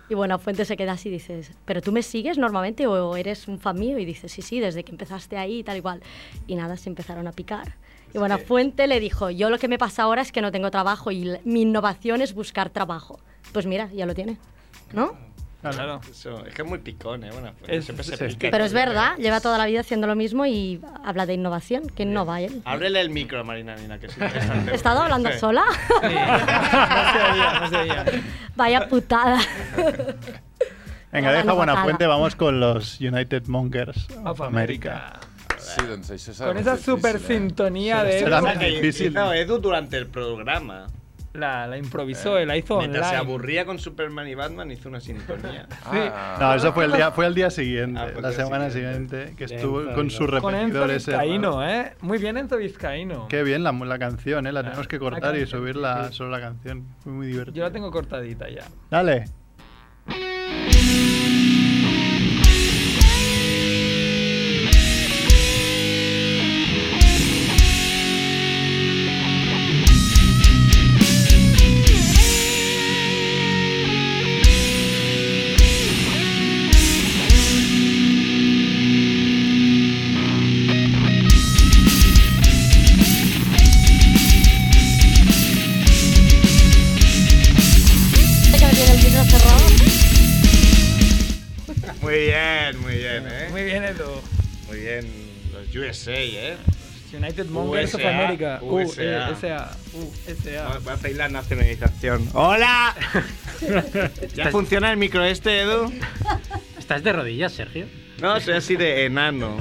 S3: Y Buenafuente se queda así y dices, ¿pero tú me sigues normalmente o eres un fan mío? Y dices, sí, sí, desde que empezaste ahí y tal y cual. Y nada, se empezaron a picar. Y Buenafuente le dijo, yo lo que me pasa ahora es que no tengo trabajo y l- mi innovación es buscar trabajo. Pues mira, ya lo tiene, ¿no?
S7: Claro.
S5: Eso, es que es muy picón, eh. Bueno, pues,
S7: Es-
S5: siempre se
S7: sí.
S5: pica.
S3: Pero es verdad, lleva toda la vida haciendo lo mismo y habla de innovación, que innova él.
S5: Ábrele el micro a Marina Nina, que es interesante.
S3: ¿He estado hablando
S5: Sí.
S3: sola?
S7: No se oía, no se oía.
S3: Vaya putada.
S1: Venga,
S3: Ahora
S1: deja
S3: no
S1: buena
S3: botana.
S1: fuente, vamos con los United Mongers of
S7: Of
S1: America.
S7: America.
S2: Sí, don Seixas, es
S7: Con
S2: algo
S7: esa
S2: difícil,
S7: super
S2: ¿eh?
S7: sintonía de
S1: Será
S7: Edu,
S5: Cosa que
S1: Difícil.
S5: hizo Edu durante el programa.
S7: la, la improvisó, la hizo
S5: Mientras se
S7: online.
S5: aburría con Superman y Batman, hizo una sintonía.
S2: Ah,
S1: No, eso fue el día, fue el día siguiente,
S5: Ah, fue el
S1: la
S5: día
S1: semana
S5: siguiente.
S1: siguiente, que
S11: Enzo
S1: estuvo con su
S11: Vizcaíno.
S7: Con Enzo
S1: repetidor ese.
S7: Vizcaíno, ¿eh? Muy bien Enzo Vizcaíno.
S1: Qué bien la, la canción, ¿eh? La tenemos que
S7: Ah, la
S1: cortar y
S7: canción,
S1: subirla
S7: sí.
S1: solo la canción. Fue muy divertido.
S7: Yo la tengo cortadita ya.
S1: Dale.
S3: Este que me tiene el vidrio cerrado.
S5: Muy bien, muy bien, eh.
S7: Muy bien Edu.
S5: Muy bien. Los USA, eh.
S7: United Mongers of
S5: USA.
S7: America.
S5: USA.
S7: USA. USA.
S5: Voy a pedir la nacionalización. ¡Hola! ¿Ya funciona el micro este, Edu?
S11: ¿Estás de rodillas, Sergio?
S5: No, soy así de enano.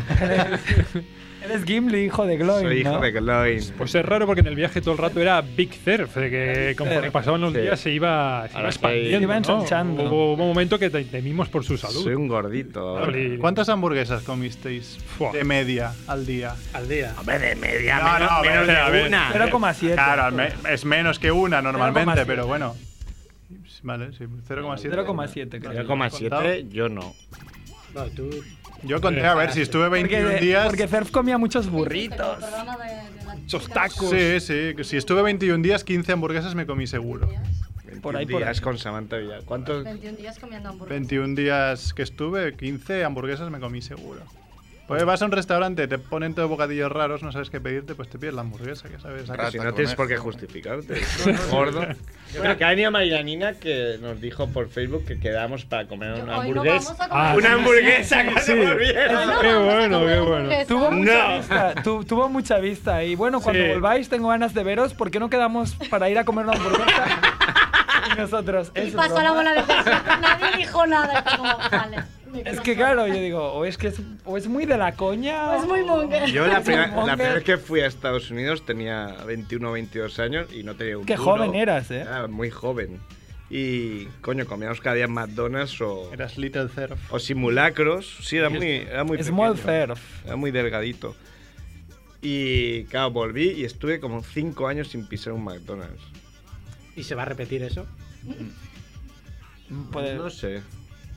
S7: Eres Gimli, hijo de Gloin,
S5: Soy hijo
S7: ¿no?
S5: de Gloin.
S4: Pues es raro porque en el viaje todo el rato era Big Surf, de que conforme pasaban los
S5: Sí.
S4: días se iba, se iba
S5: Ahora sí.
S4: expandiendo.
S7: Se iba
S4: ¿no?
S7: ensanchando.
S4: Hubo, hubo un momento que te- temimos por su salud.
S5: Soy un gordito. ahora.
S4: Oli.
S1: ¿Cuántas hamburguesas comisteis
S4: Fua.
S1: de media al día?
S11: Al día.
S5: Hombre, de media.
S1: No,
S5: menos,
S1: no,
S5: menos
S1: pero, a
S5: de
S1: ver,
S5: una.
S7: 0,7.
S1: Claro, al me- es menos que una normalmente, pero bueno. Vale, sí, 0,7.
S7: 0,7, creo.
S5: 0,7 yo no.
S12: No, tú.
S1: Yo conté, a ver, si estuve 21
S7: porque,
S1: días.
S7: Porque Cerf comía muchos burritos.
S1: Esos tacos. Sí, sí. Si estuve 21 días, 15 hamburguesas me comí seguro.
S7: Por ahí,
S5: 21
S7: por ahí.
S5: días con Samantha Villar. ¿Cuántos?
S3: 21 días comiendo hamburguesas.
S1: 21 días que estuve, 15 hamburguesas me comí seguro. Pues vas a un restaurante, te ponen todos bocadillos raros, no sabes qué pedirte, pues te pides la hamburguesa, que sabes. a qué
S5: Si
S1: sabe.
S5: no tienes por qué justificarte. Gordo. Bueno, que ha venido Marianina que nos dijo por Facebook que quedamos para comer una
S3: hoy no
S5: hamburguesa.
S3: vamos a comer
S5: una hamburguesa
S7: Sí.
S5: cuando volviera.
S3: No,
S1: Qué
S3: vamos a
S1: bueno,
S3: comer
S1: qué bueno.
S3: hamburguesa.
S7: Tuvo mucha
S5: No.
S7: vista, tu- tuvo mucha vista. Y bueno, cuando
S4: Sí.
S7: volváis, tengo ganas de veros. ¿Por qué no quedamos para ir a comer una hamburguesa? y nosotros.
S3: Y
S7: "Es
S3: pasó
S7: broma".
S3: la bola de pesca. Nadie dijo nada. Es como, vale.
S7: Es que claro, yo digo, o es que es, o es muy de la coña.
S3: Es muy monger.
S5: Yo la,
S7: Es
S5: primera-
S7: un monger.
S5: la primera vez que fui a Estados Unidos tenía 21 o 22 años y no tenía un
S7: Qué
S5: duro.
S7: joven eras, eh.
S5: Era muy joven. Y, coño, comíamos cada día en McDonald's o,
S1: Eras Little Cerf.
S5: o simulacros. Sí, era muy, era muy
S7: Small
S5: pequeño.
S7: Cerf.
S5: Era muy delgadito. Y, claro, volví y estuve como 5 años sin pisar un McDonald's.
S12: ¿Y se va a repetir eso?
S7: Puede-
S5: No sé.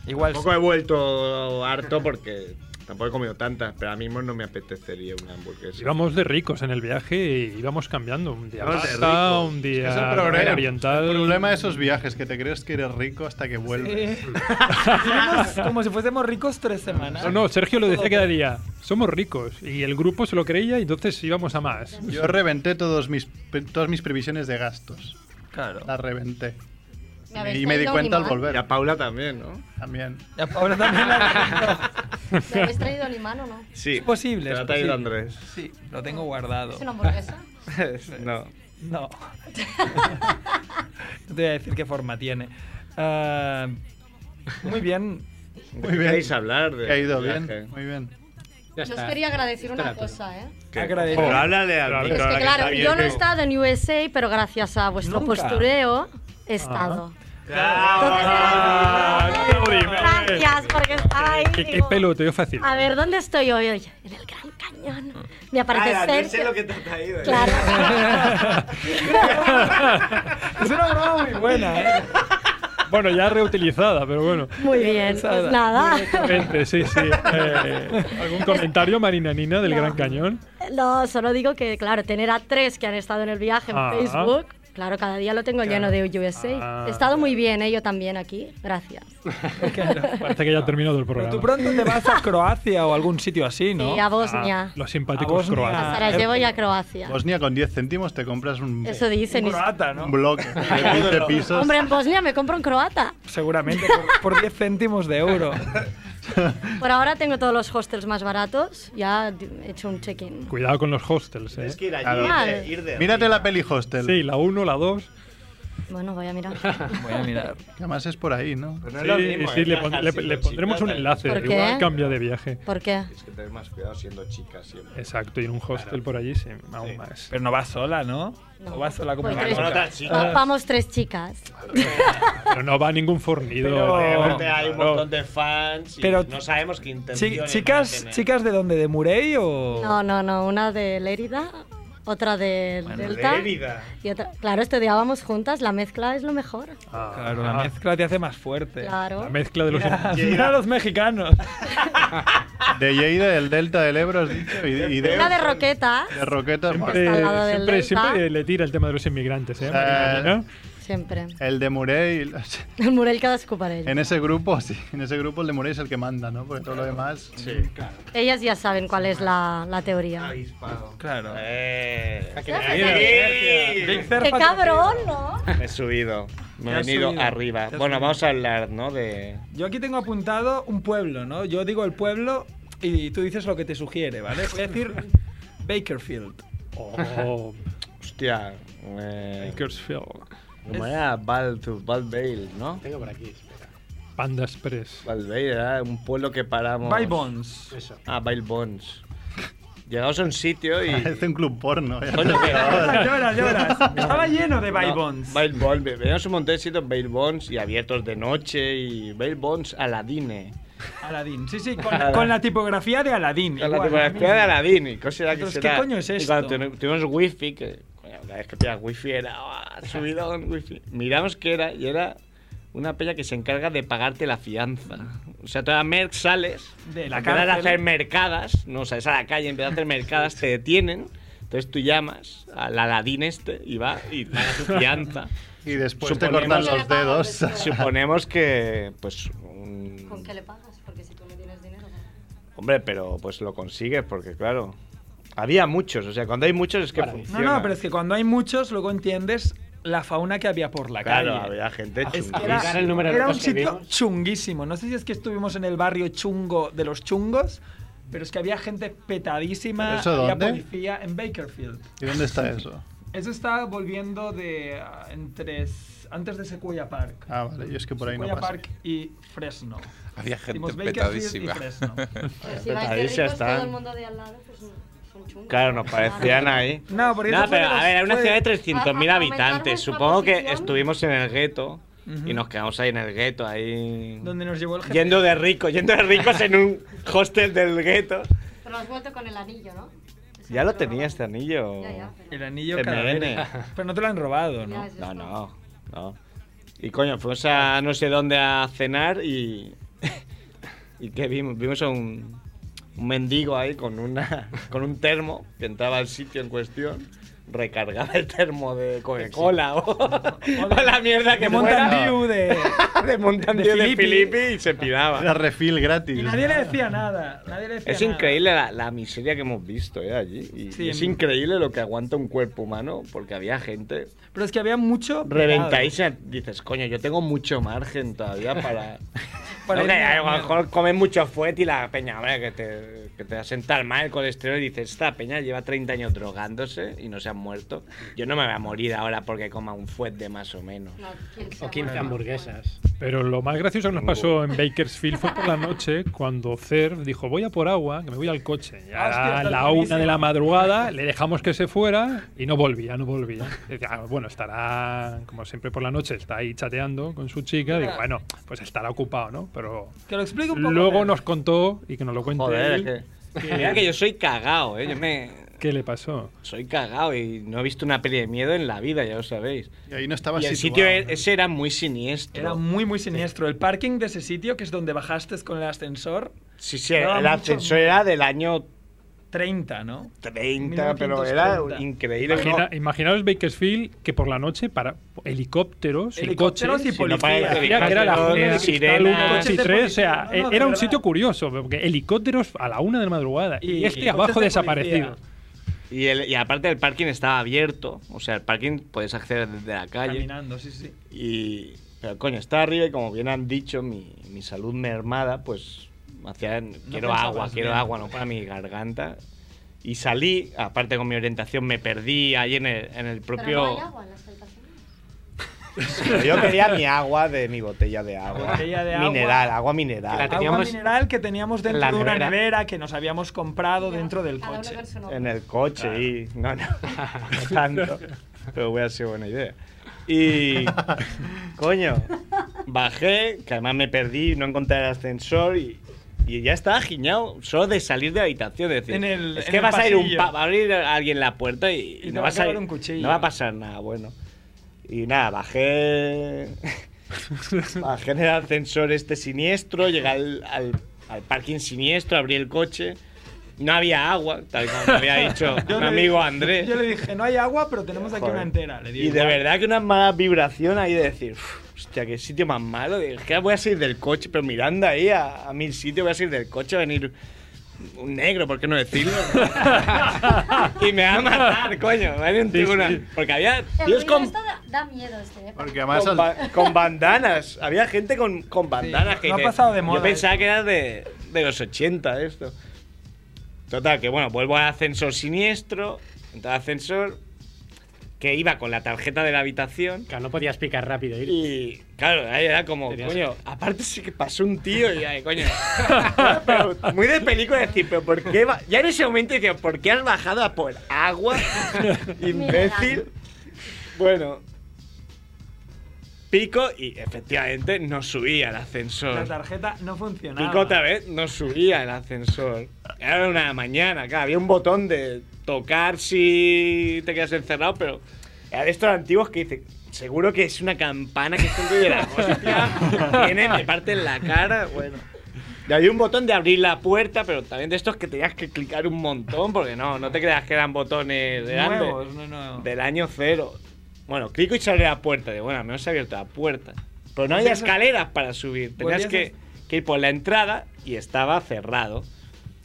S7: igual
S5: Tampoco he vuelto harto porque tampoco he comido tantas, pero ahora mismo no me apetecería una hamburguesa.
S4: Íbamos de ricos en el viaje y íbamos cambiando. Un día
S5: Íbamos de
S4: pasta,
S5: ricos.
S4: un día
S1: Es el problema.
S4: oriental.
S1: El problema de esos viajes, que te crees que eres rico hasta que vuelves.
S7: Sí. Vivimos como si fuésemos ricos tres semanas.
S4: No, no, Sergio lo decía cada día. Somos ricos. Y el grupo se lo creía y entonces íbamos a más.
S1: Yo reventé todos mis, pre- todas mis previsiones de gastos.
S7: Claro.
S1: Las reventé.
S3: Me habéis
S1: y me di
S3: traído un
S1: cuenta al
S3: imán.
S5: Y
S1: volver.
S5: a Paula también, ¿no?
S1: También.
S7: Ahora también la-
S3: ¿Me habéis traído el imán o no?
S5: Sí.
S7: Es posible,
S5: Te
S7: es
S5: lo ha traído
S7: posible.
S5: Andrés.
S7: Sí, lo tengo guardado.
S3: ¿Es una hamburguesa?
S5: no.
S7: No. No te voy a decir qué forma tiene. Ah, muy bien.
S5: Muy bien. ¿Queréis hablar de
S1: Que ha ido
S5: viaje?
S1: bien. Muy bien.
S12: Ya
S3: Yo os
S12: está.
S3: quería agradecer una
S12: Espérate.
S3: cosa, ¿eh?
S5: ¿Qué?
S7: Agradezco.
S5: Pero háblale al
S4: Claro,
S5: micro,
S4: es
S3: Es
S5: ahora
S3: que
S5: que
S3: claro,
S5: está bien,
S3: yo no
S5: que-
S3: he estado en USA, pero gracias a vuestro
S7: Nunca.
S3: postureo he estado.
S4: Ah,
S3: Entonces,
S4: no dime.
S3: gracias porque estaba ahí.
S4: ¿Qué, qué
S3: digo,
S4: peloteo fácil.
S3: A ver, ¿dónde estoy hoy? Oye, En el Gran Cañón. Me aparece
S5: Ah, no sé
S3: Sergio.
S5: lo que te ha traído. ¿eh?
S3: Claro.
S7: Es una broma muy buena, ¿eh?
S4: Bueno, ya reutilizada, pero bueno.
S3: Muy bien, pues nada.
S4: Vente, sí, sí. Eh, ¿Algún comentario, Marina Nina, del
S3: No.
S4: Gran Cañón?
S3: No, solo digo que, claro, tener a tres que han estado en el viaje en
S4: Ah.
S3: Facebook, claro, cada día lo tengo lleno de USA.
S4: Ah.
S3: He estado muy bien, ¿eh? yo también aquí. Gracias.
S4: Parece que ya ha terminado el
S7: Pero
S4: programa.
S7: tú pronto te vas a Croacia o algún sitio así, ¿no?
S3: Sí, a
S4: Ah,
S3: Bosnia.
S4: los
S7: A
S4: simpáticos
S7: Bosnia.
S4: croatas.
S3: Ahora
S7: Ah,
S3: llevo ya a Croacia.
S1: Bosnia Pues con 10 céntimos te compras un,
S3: Eso dicen.
S7: Un
S3: y-
S7: croata, ¿no?
S1: un bloque de 15 pisos.
S3: Hombre, en Bosnia me compro un croata.
S7: Seguramente, por- por 10 céntimos de euro.
S3: Por ahora tengo todos los hostels más baratos. Ya he hecho un check-in.
S4: Cuidado con los hostels, ¿eh?
S5: Tienes que ir allí,
S1: Claro.
S5: ir de- ir de
S1: Mírate la peli Hostel.
S4: Sí, la 1, la 2.
S3: Bueno, voy a mirar.
S7: Voy a mirar.
S1: Que además es por ahí, ¿no?
S5: Pero no es
S4: Sí,
S5: lo mismo,
S4: sí, le,
S5: ¿eh? Viajar
S4: pon- le-
S5: siendo
S4: le pondremos
S5: chica,
S4: un
S5: tal.
S4: enlace.
S3: ¿Por qué?
S4: Igual cambia de viaje.
S3: ¿Por qué?
S5: Tienes que tener más cuidado siendo chica siempre.
S4: Exacto, y en un hostel por allí, sí, aún
S5: Sí.
S4: más.
S7: Pero no vas sola, ¿no? No vas sola como
S3: Voy
S7: una
S3: Pues tres- Ah,
S7: loca.
S3: Va- Vamos tres chicas.
S4: Pero no va ningún fornido.
S7: Pero-
S4: ¿no?
S5: Aparte hay un
S4: Claro.
S5: montón de fans y
S7: Pero-
S5: no sabemos qué
S7: Chi-
S5: intenciones van a
S7: chicas,
S5: tener.
S7: chicas de dónde, de Murey
S5: Oh.
S7: o
S3: No, no, no. Una de Lérida, otra de Delta.
S7: ¿Eh?
S5: Lérida.
S3: Y otra, claro, estudiábamos juntas, la mezcla es lo mejor.
S4: Ah,
S7: Claro, la
S4: ah,
S7: mezcla te hace más fuerte.
S3: Claro.
S4: la mezcla de los. em-,
S7: Mira a los mexicanos.
S1: De Lleida, del Delta del Ebro, has dicho, y, y de,
S3: Una de Roqueta,
S1: de pues, Roquetas.
S4: Siempre,
S3: Está al lado del
S4: siempre,
S3: Delta.
S4: siempre le tira el tema de los inmigrantes, ¿eh?
S1: Eh,
S4: Marina,
S3: siempre.
S1: El de Murey.
S3: El Murel que descuparé.
S1: En ese grupo, sí. En ese grupo el de Murey es el que manda, ¿no? Porque todo lo demás.
S3: Ellas ya saben cuál es la, la teoría.
S7: Claro.
S5: Eh,
S3: ¡Qué cabrón, no!
S5: me he subido. Me he
S7: has
S5: venido
S7: subido.
S5: arriba.
S7: Te has
S5: Bueno,
S7: subido.
S5: vamos a hablar, ¿no? De.
S7: Yo aquí tengo apuntado un pueblo, ¿no? Yo digo el pueblo y tú dices lo que te sugiere, ¿vale? Voy a decir Bakerfield.
S4: ¿no? O
S5: Hostia. Eh,
S4: Bakersfield.
S5: ¿Cómo era? Val, Val Vale, ¿no?
S12: Tengo por aquí, espera.
S4: Panda Express.
S5: Val Vale era un pueblo que paramos.
S7: Bybons.
S12: Eso.
S5: Ah, Vale Bones. Llegamos a un sitio y.
S4: Este
S1: Parece un club porno. ¿eh?
S5: Coño, que-
S7: Lloras, lloras. Estaba lleno de Bybons.
S5: Bail Bonds. Veníamos un montón de sitios Bail Bonds y abiertos de noche y Bail Bonds Aladine.
S7: Aladdin. Sí, sí, con, con la tipografía de Aladdin.
S5: Con la
S7: igual,
S5: tipografía de
S7: misma.
S5: Aladine. y cosas así que
S7: Entonces,
S5: será.
S7: ¿qué coño es
S5: Y
S7: esto?
S5: cuando tenu- tuvimos wifi, que coño, cada vez que pillas wifi era ah, subidón, wifi. Miramos qué era y era Una pella que se encarga de pagarte la fianza. O sea, tú a Merck sales,
S7: De la
S5: empiezas a
S7: cárcel.
S5: hacer mercadas, no sales a la calle, empiezas a hacer mercadas, te detienen. Entonces tú llamas al aladín este y va y paga tu fianza.
S1: Y después te cortan los dedos.
S5: Suponemos que, pues, un-
S3: ¿Con qué le pagas? Porque si tú no tienes dinero.
S5: hombre, pero pues lo consigues porque, claro, había muchos. O sea, cuando hay muchos es que
S7: No,
S5: funciona.
S7: no, pero es que cuando hay muchos, luego entiendes la fauna que había por la
S5: Claro,
S7: calle.
S5: había gente
S7: Ah, Es que
S5: chunguísima.
S7: Era,
S5: El número de
S7: era un
S5: locos que
S7: sitio
S5: vimos.
S7: chunguísimo. No sé si es que estuvimos en el barrio chungo de los chungos, pero es que había gente petadísima.
S1: ¿Pero eso
S7: había
S1: dónde?
S7: policía en Bakerfield.
S1: ¿Y dónde está eso?
S7: Eso está volviendo de ah, entre s- antes de Sequoia Park.
S1: Ah, vale, yo es que por ahí no
S7: Sequoia
S1: pasé.
S7: Park y Fresno.
S2: Había gente
S7: Hicimos Bakerfield y
S2: petadísima.
S7: Fresno.
S3: Pero Pues si vais de
S5: Petadilla
S3: ricos,
S5: está.
S3: todo el mundo de al lado pues, son chungos.
S5: Claro, nos parecían ahí.
S7: No, porque eso fue
S5: pero
S7: de los-
S5: a ver, era una
S7: fue-
S5: ciudad de 300.000
S7: a- a-
S5: habitantes.
S7: aumentar nuestra
S5: Supongo que
S7: posición.
S5: estuvimos en el gueto
S7: Ujú.
S5: y nos quedamos ahí en el gueto, ahí.
S7: Donde nos llevó el jefe.
S5: Yendo de ricos, yendo de ricos en un hostel del gueto.
S3: Pero has vuelto con el anillo, ¿no?
S5: Ya lo tenía este anillo.
S3: Ya, ya,
S7: El anillo
S5: MN.
S7: cadavérico. Pero no te lo han robado, ¿no?
S3: Ya, eso está.
S5: No, no, no. Y coño, fuimos a no sé dónde a cenar y. ¿Y qué vimos? Vimos a un, un mendigo ahí con, una, con un termo que entraba al sitio en cuestión, recargaba el termo de Coca-Cola o, o la mierda que
S7: De Mountain
S5: fuera.
S7: Dew, de...
S5: de Mountain
S7: de
S5: Dew de
S7: Filippi.
S5: Filippi y se piraba.
S1: Era refill gratis.
S7: Y nadie le decía nada. Nadie le decía
S5: Es
S7: nada.
S5: increíble la, la miseria que hemos visto eh, allí. Y
S7: Sí,
S5: es
S7: en-
S5: increíble lo que aguanta un cuerpo humano porque había gente
S7: Pero es que había mucho.
S5: reventáis y dices, coño, yo tengo mucho margen todavía para.
S7: Para
S5: No,
S7: ir
S5: que
S7: a
S5: a lo
S7: mierda.
S5: mejor comes mucho fuet y la peña, hombre, que te, que te va a sentar mal el colesterol y dices, esta peña lleva 30 años drogándose y no se han muerto. Yo no me voy a morir ahora porque coma un fuet de más o menos.
S3: No, ¿quién se
S6: O 15
S3: aguanta?
S6: hamburguesas.
S4: Pero lo más gracioso que nos pasó en Bakersfield fue por la noche cuando Cerf dijo voy a por agua, que me voy al coche. Y
S7: Ah,
S4: a
S7: hostia, está
S4: la una
S7: buenísimo.
S4: de la madrugada le dejamos que se fuera y no volvía, no volvía. Y decía, "Ah, bueno, estará, como siempre por la noche, está ahí chateando con su chica. Digo, bueno, pues estará ocupado, ¿no? Pero
S7: Que lo explique un poco.
S4: luego
S7: Fer.
S4: nos contó y que nos lo cuente
S5: Joder, es
S4: él,
S5: que. Mira que yo soy cagao, ¿eh? Yo me.
S4: ¿Qué le pasó?
S5: Soy cagao y no he visto una peli de miedo en la vida, ya lo sabéis.
S1: Y ahí no estaba
S5: Y el
S1: situado,
S5: sitio e-
S1: ¿no?
S5: ese era muy siniestro.
S7: Era muy, muy siniestro. El parking de ese sitio, que es donde bajaste con el ascensor,
S5: Sí, sí,
S7: Daba
S5: el
S7: mucho
S5: ascensor era del año
S7: 30, ¿no?
S5: 30, pero era
S7: 1930.
S5: increíble.
S4: Imagina- imaginaos Bakersfield que por la noche para helicópteros, y
S7: Helicópteros
S4: coches,
S7: y
S5: no para
S7: policías.
S5: de
S4: Mira, que era la
S5: Helicópteros,
S4: una de
S5: sirenas.
S4: cristal, un
S7: Coches
S4: coche
S7: de
S4: tres, o sea,
S7: policía. No, no,
S4: era un
S7: de
S4: sitio
S7: verdad.
S4: curioso, porque helicópteros a la una de la madrugada y,
S7: Y- y
S4: este
S7: coches
S4: abajo
S7: de
S4: desaparecido.
S7: policía.
S5: Y, el- y aparte el parking estaba abierto, o sea, el parking puedes acceder desde la calle.
S7: Caminando, sí, sí.
S5: Y, pero coño, está arriba y como bien han dicho, mi, mi salud mermada, pues hacía, quiero
S7: pensabas
S5: agua, quiero
S7: bien.
S5: agua, no para mi garganta. Y salí, aparte con mi orientación me perdí ahí en el, en el propio...
S3: Pero no hay agua en las habitaciones.
S5: Pero yo quería mi agua de mi botella de agua.
S7: Botella de agua.
S5: mineral, agua mineral.
S6: Que la
S7: Agua
S6: Teníamos
S7: mineral que teníamos dentro
S5: la
S7: de una
S5: nevera.
S7: nevera que nos habíamos comprado dentro del
S3: Cada uno
S7: coche. Eh,
S3: con su nombre.
S5: En el coche y. No, no. No tanto. Pero hubiera sido buena idea. Y. Coño. Bajé, que además me perdí, no encontré el ascensor y. y ya estaba giñado, solo de salir de la habitación. Es, decir,
S7: En el-
S5: es
S7: en
S5: que
S7: el
S5: vas a ir un
S7: pasillo.
S5: pa- va a abrir alguien la puerta y,
S7: Y te
S5: no,
S7: va a
S5: vas a
S7: clavar
S5: ir-
S7: un cuchillo.
S5: no va a pasar nada bueno. Y nada, bajé. Bajé en el ascensor este siniestro, llegué al, al, al parking siniestro, abrí el coche. No había agua, tal como me había dicho
S7: Yo
S5: un
S7: le-
S5: amigo Andrés.
S7: Yo le dije, no hay agua, pero tenemos aquí
S5: Joder.
S7: una entera. Le di
S5: Y de
S7: igual.
S5: verdad que una mala vibración ahí de decir, "Uf, hostia, qué sitio más malo. Es que voy a salir del coche, pero mirando ahí a, a mil sitios, voy a salir del coche, va a venir un negro, ¿por qué no decirlo? y me va a matar, coño. va a venir un tío con una- Porque había
S3: El
S5: tíos
S3: ruido
S5: con,
S3: esto da, da miedo este, ¿eh?
S1: Porque además
S5: con,
S1: al-
S5: ba- con bandanas. Había gente con, con bandanas.
S7: no-
S5: que
S7: no ha
S5: dices,
S7: pasado de moda
S5: Yo pensaba que era de, de los 80 esto. Total, que bueno, vuelvo al ascensor siniestro. Entra al ascensor que iba con la tarjeta de la habitación.
S6: Claro, no podías picar rápido. Ir.
S5: Y claro, ahí era como,
S6: Tenías-
S5: coño, aparte sí que pasó un tío y ahí, coño. Pero muy de película decir, pero ¿por qué? va-?" Ya en ese momento decía, ¿por qué has bajado a por agua? Imbécil. Bueno. Pico y efectivamente no subía el
S7: La
S5: ascensor.
S7: tarjeta no funcionaba.
S5: Pico otra vez no subía el ascensor. Era una mañana, claro, había un botón de tocar si te quedas encerrado, pero era de estos antiguos que dice, Seguro que es una campana que siempre de la hostia. Viene, me parte en la cara. Bueno. Y había un botón de abrir la puerta, pero también de estos que tenías que clicar un montón, porque no, no te creas que eran botones grandes.
S7: Nuevos, no, no.
S5: Del año cero. Bueno, clico y se abre la puerta. Digo, bueno, al menos se ha abierto la puerta. Pero no había
S7: Volvías a-
S5: escaleras para subir. Tenías
S7: volvías a-
S5: que, que ir por la entrada y estaba cerrado.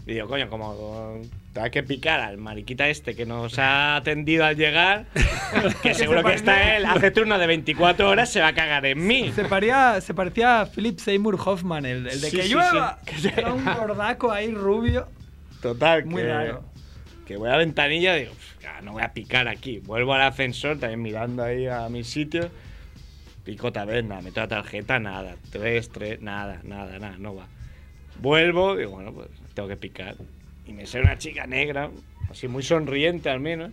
S5: Y digo, coño, como tengo que picar al mariquita este que nos ha atendido al llegar, que seguro que está él, hace turno de 24 horas, se va a cagar en mí.
S7: Se, paría- se parecía a Philip Seymour Hoffman, el, el de
S5: Sí,
S7: que
S5: sí,
S7: llueva.
S5: sí.
S7: Era un gordaco ahí rubio.
S5: Total,
S7: Muy
S5: que,
S7: raro.
S5: que voy a la ventanilla y digo, "Pf, ya, no voy a picar aquí. Vuelvo al ascensor, también mirando ahí a mi sitio. Pico taberna, meto la tarjeta, nada. Tres, tres, nada, nada, nada, no va. Vuelvo, digo, bueno, pues tengo que picar. Y me sale una chica negra, así muy sonriente al menos.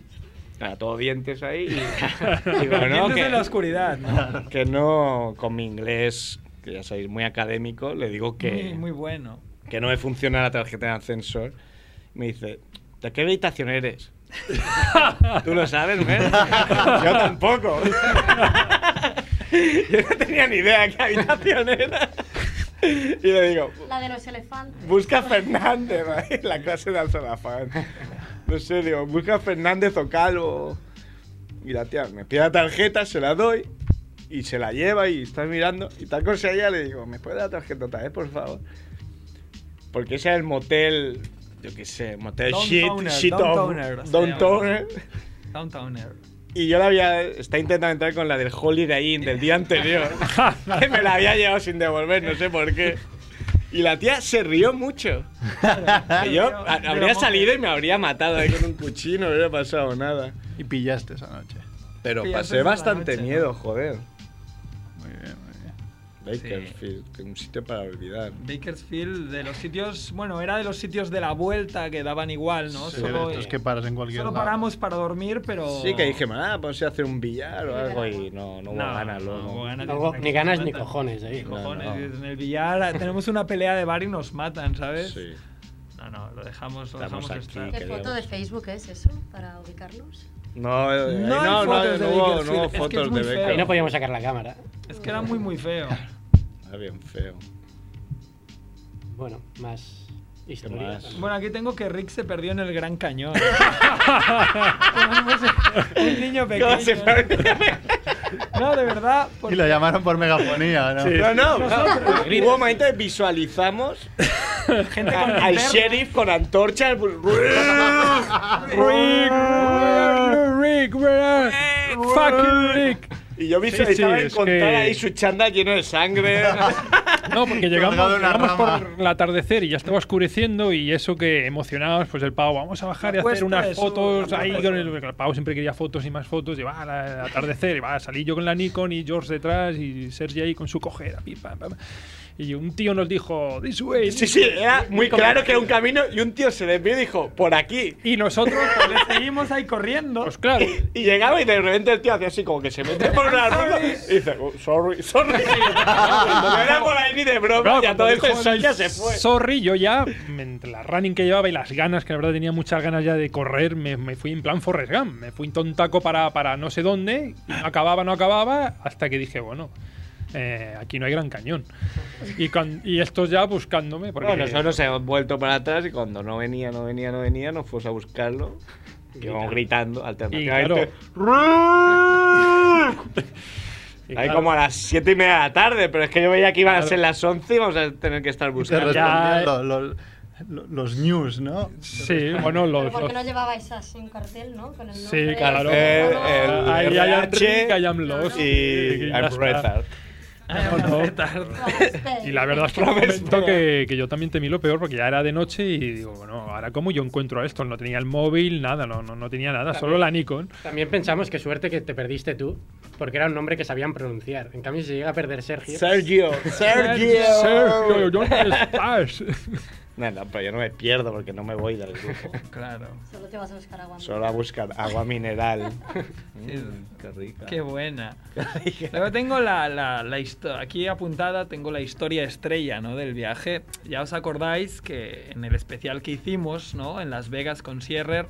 S5: Nada, todos dientes ahí. Y digo, no,
S7: Dientes
S5: que,
S7: de la oscuridad, ¿no?
S5: que no, con mi inglés, que ya sabéis, muy académico, le digo que
S7: Muy, muy bueno.
S5: que no me funciona la tarjeta de ascensor, me dice, ¿de qué habitación eres? ¿Tú lo sabes, mujer? Yo tampoco. Yo no tenía ni idea de qué habitación era. Y le digo,
S3: La de los elefantes.
S5: busca a Fernández, ¿vale? la clase de alzalafán. No sé, digo, busca a Fernández o Calvo. Y la tía me pide la tarjeta, se la doy y se la lleva y está mirando. Y tal cosa ella le digo, ¿me puede dar la tarjeta otra vez, por favor? Porque ese es el motel, yo qué sé, motel shit,
S7: Downtowner,
S5: shit of-
S7: Downtowner, se llama.
S5: Downtowner.
S7: Downtowner.
S5: Y yo la había. Está intentando entrar con la del Holiday Inn del día anterior. que me la había llevado sin devolver, no sé por qué. Y la tía se rió mucho. Y yo a- habría salido y me habría matado eh. ahí con un cuchillo, no hubiera pasado nada.
S1: Y pillaste esa noche.
S5: Pero
S1: Pillaste
S5: pasé
S1: esa
S5: bastante
S1: noche, ¿no?
S5: miedo, joder.
S1: Muy bien, muy bien.
S5: Bakerfield, un sitio para olvidar.
S7: Bakersfield, de los sitios. Bueno, era de los sitios de la vuelta que daban igual, ¿no?
S5: Sí,
S7: solo eh,
S5: de estos que paras en cualquier
S7: solo
S5: lado.
S7: paramos para dormir, pero.
S5: Sí, que dije, ah, pues se hace un billar o algo y no, no, hubo ganas luego.
S8: Luego, ni ganas ni cojones ahí.
S7: Cojones, En el billar tenemos una pelea de bar y nos matan, ¿sabes? Sí. No, no, lo dejamos, lo
S5: Estamos
S7: dejamos
S5: aquí,
S7: estar.
S3: ¿Qué foto de Facebook es eso para ubicarnos?
S5: No, eh, ahí
S7: No hay
S5: no, no,
S7: fotos de
S5: no hubo,
S7: Bakersfield,
S5: no hubo
S7: es que es
S5: fotos
S7: muy
S5: de
S7: feo.
S5: Bakerfield.
S7: Ahí no podíamos
S8: sacar la cámara.
S7: Es que era muy, muy feo.
S5: Era bien feo.
S8: Bueno, más
S5: ¿Qué
S8: historia.
S5: más?
S7: Bueno, aquí tengo que Rick se perdió en el Gran Cañón. un niño pequeño.
S1: ¿Cómo se
S7: no, de verdad.
S1: Y lo llamaron por megafonía, ¿no?
S5: No, no, no. Hubo un momento que visualizamos a-
S1: con
S5: al
S1: linterna.
S5: sheriff con antorcha. Rick,
S7: Rick,
S5: fucking Rick. Y yo
S4: Sí,
S5: visualizaba
S4: sí,
S5: el
S4: es
S5: contar
S4: que-
S5: ahí su chándal lleno de sangre.
S4: No, porque llegamos, llegamos por el atardecer y ya estaba oscureciendo y eso que emocionados, pues el pavo, vamos a bajar y
S7: La
S4: hacer
S7: cuesta
S4: unas
S7: de Sur,
S4: fotos
S7: la
S4: ahí
S7: cuesta
S4: con el, el pavo siempre quería fotos y más fotos y va al atardecer y va, salí yo con la Nikon y George detrás y Sergi ahí con su cojera, pim, pam, pam. Y un tío nos dijo, this way.
S5: Sí, sí, era muy claro que era un camino y un tío se desvió y dijo, por aquí.
S4: Y nosotros
S7: le seguimos ahí corriendo.
S4: Pues claro.
S5: Y, y llegaba y de repente el tío hacía así como que se mete por una ruta y dice, "Oh, sorry, sorry. no era por ahí ni de broma,
S4: Claro,
S5: ya
S4: cuando
S5: todo esto
S4: dijo
S5: el sol
S4: el
S5: ya se fue.
S4: Sorry, yo ya, entre la running que llevaba y las ganas, que la verdad tenía muchas ganas ya de correr, me, me fui en plan Forrest Gump. Me fui en tontaco para, para no sé dónde, y no acababa, no acababa, hasta que dije, bueno. eh, aquí no hay gran cañón. Y, cuan- y estos ya buscándome. Porque
S5: Bueno, nosotros nos hemos vuelto para atrás y cuando no venía, no venía, no venía, nos fuimos a buscarlo. Y íbamos gritando alternativamente.
S4: Y
S5: Ahí
S4: claro.
S5: como a las 7 y media de la tarde, pero es que yo veía que iban a ser las 11 y vamos a tener que estar
S1: Te
S5: buscando.
S1: respondían
S5: eh.
S1: lo- lo- lo- los, news, ¿no?
S4: Sí, bueno,
S3: Pero ¿por qué no llevabais así un cartel, no? Con el nombre
S4: Sí, claro.
S5: Eh, El- el
S4: Ahí hay
S5: RH,
S4: Rick, I am lost.
S5: y
S4: ya
S5: I'm
S4: está.
S5: Breathard.
S7: Ah,
S4: No, no. Y la verdad es que hubo un momento que, que yo también temí lo peor porque ya era de noche y digo, bueno, ahora cómo yo encuentro esto, no tenía el móvil, nada, no, no, no tenía nada, solo la Nikon.
S8: También pensamos que suerte que te perdiste tú, porque era un nombre que sabían pronunciar. En cambio, si llega a perder Sergio.
S5: Sergio, Sergio.
S4: Sergio, ¿dónde estás?
S5: No, no, pero yo no me pierdo porque no me voy del grupo.
S7: Claro.
S3: Solo te vas a buscar agua.
S5: Solo a buscar agua mineral.
S7: Sí.
S5: Mm, qué rica.
S7: Qué buena. Luego tengo la, la, la histo- aquí apuntada, tengo la historia estrella ¿no? del viaje. Ya os acordáis que en el especial que hicimos ¿no? en Las Vegas con Sierrer,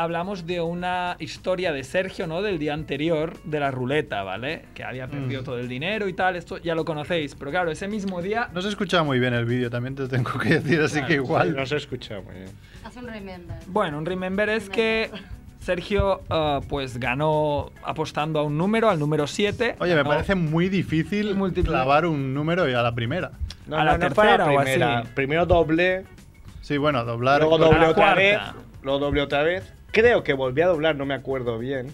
S7: hablamos de una historia de Sergio, ¿no? Del día anterior de la ruleta, ¿vale? Que había perdido
S1: Mm.
S7: todo el dinero y tal, esto ya lo conocéis. Pero claro, ese mismo día...
S1: No se escuchaba muy bien el vídeo, también te tengo que decir, así que igual.
S7: se escuchaba muy bien.
S3: Haz un remember.
S7: Bueno, un remember es que Sergio ah, pues ganó apostando a un número, al número 7.
S1: Oye, me parece muy difícil clavar un número y a la primera.
S7: No, A no, la no fue a la tercera o así. primera.
S1: Primero doble. Sí, bueno, doblar.
S5: Luego doble otra vez. Luego doble otra vez. Creo que volví a doblar, no me acuerdo bien.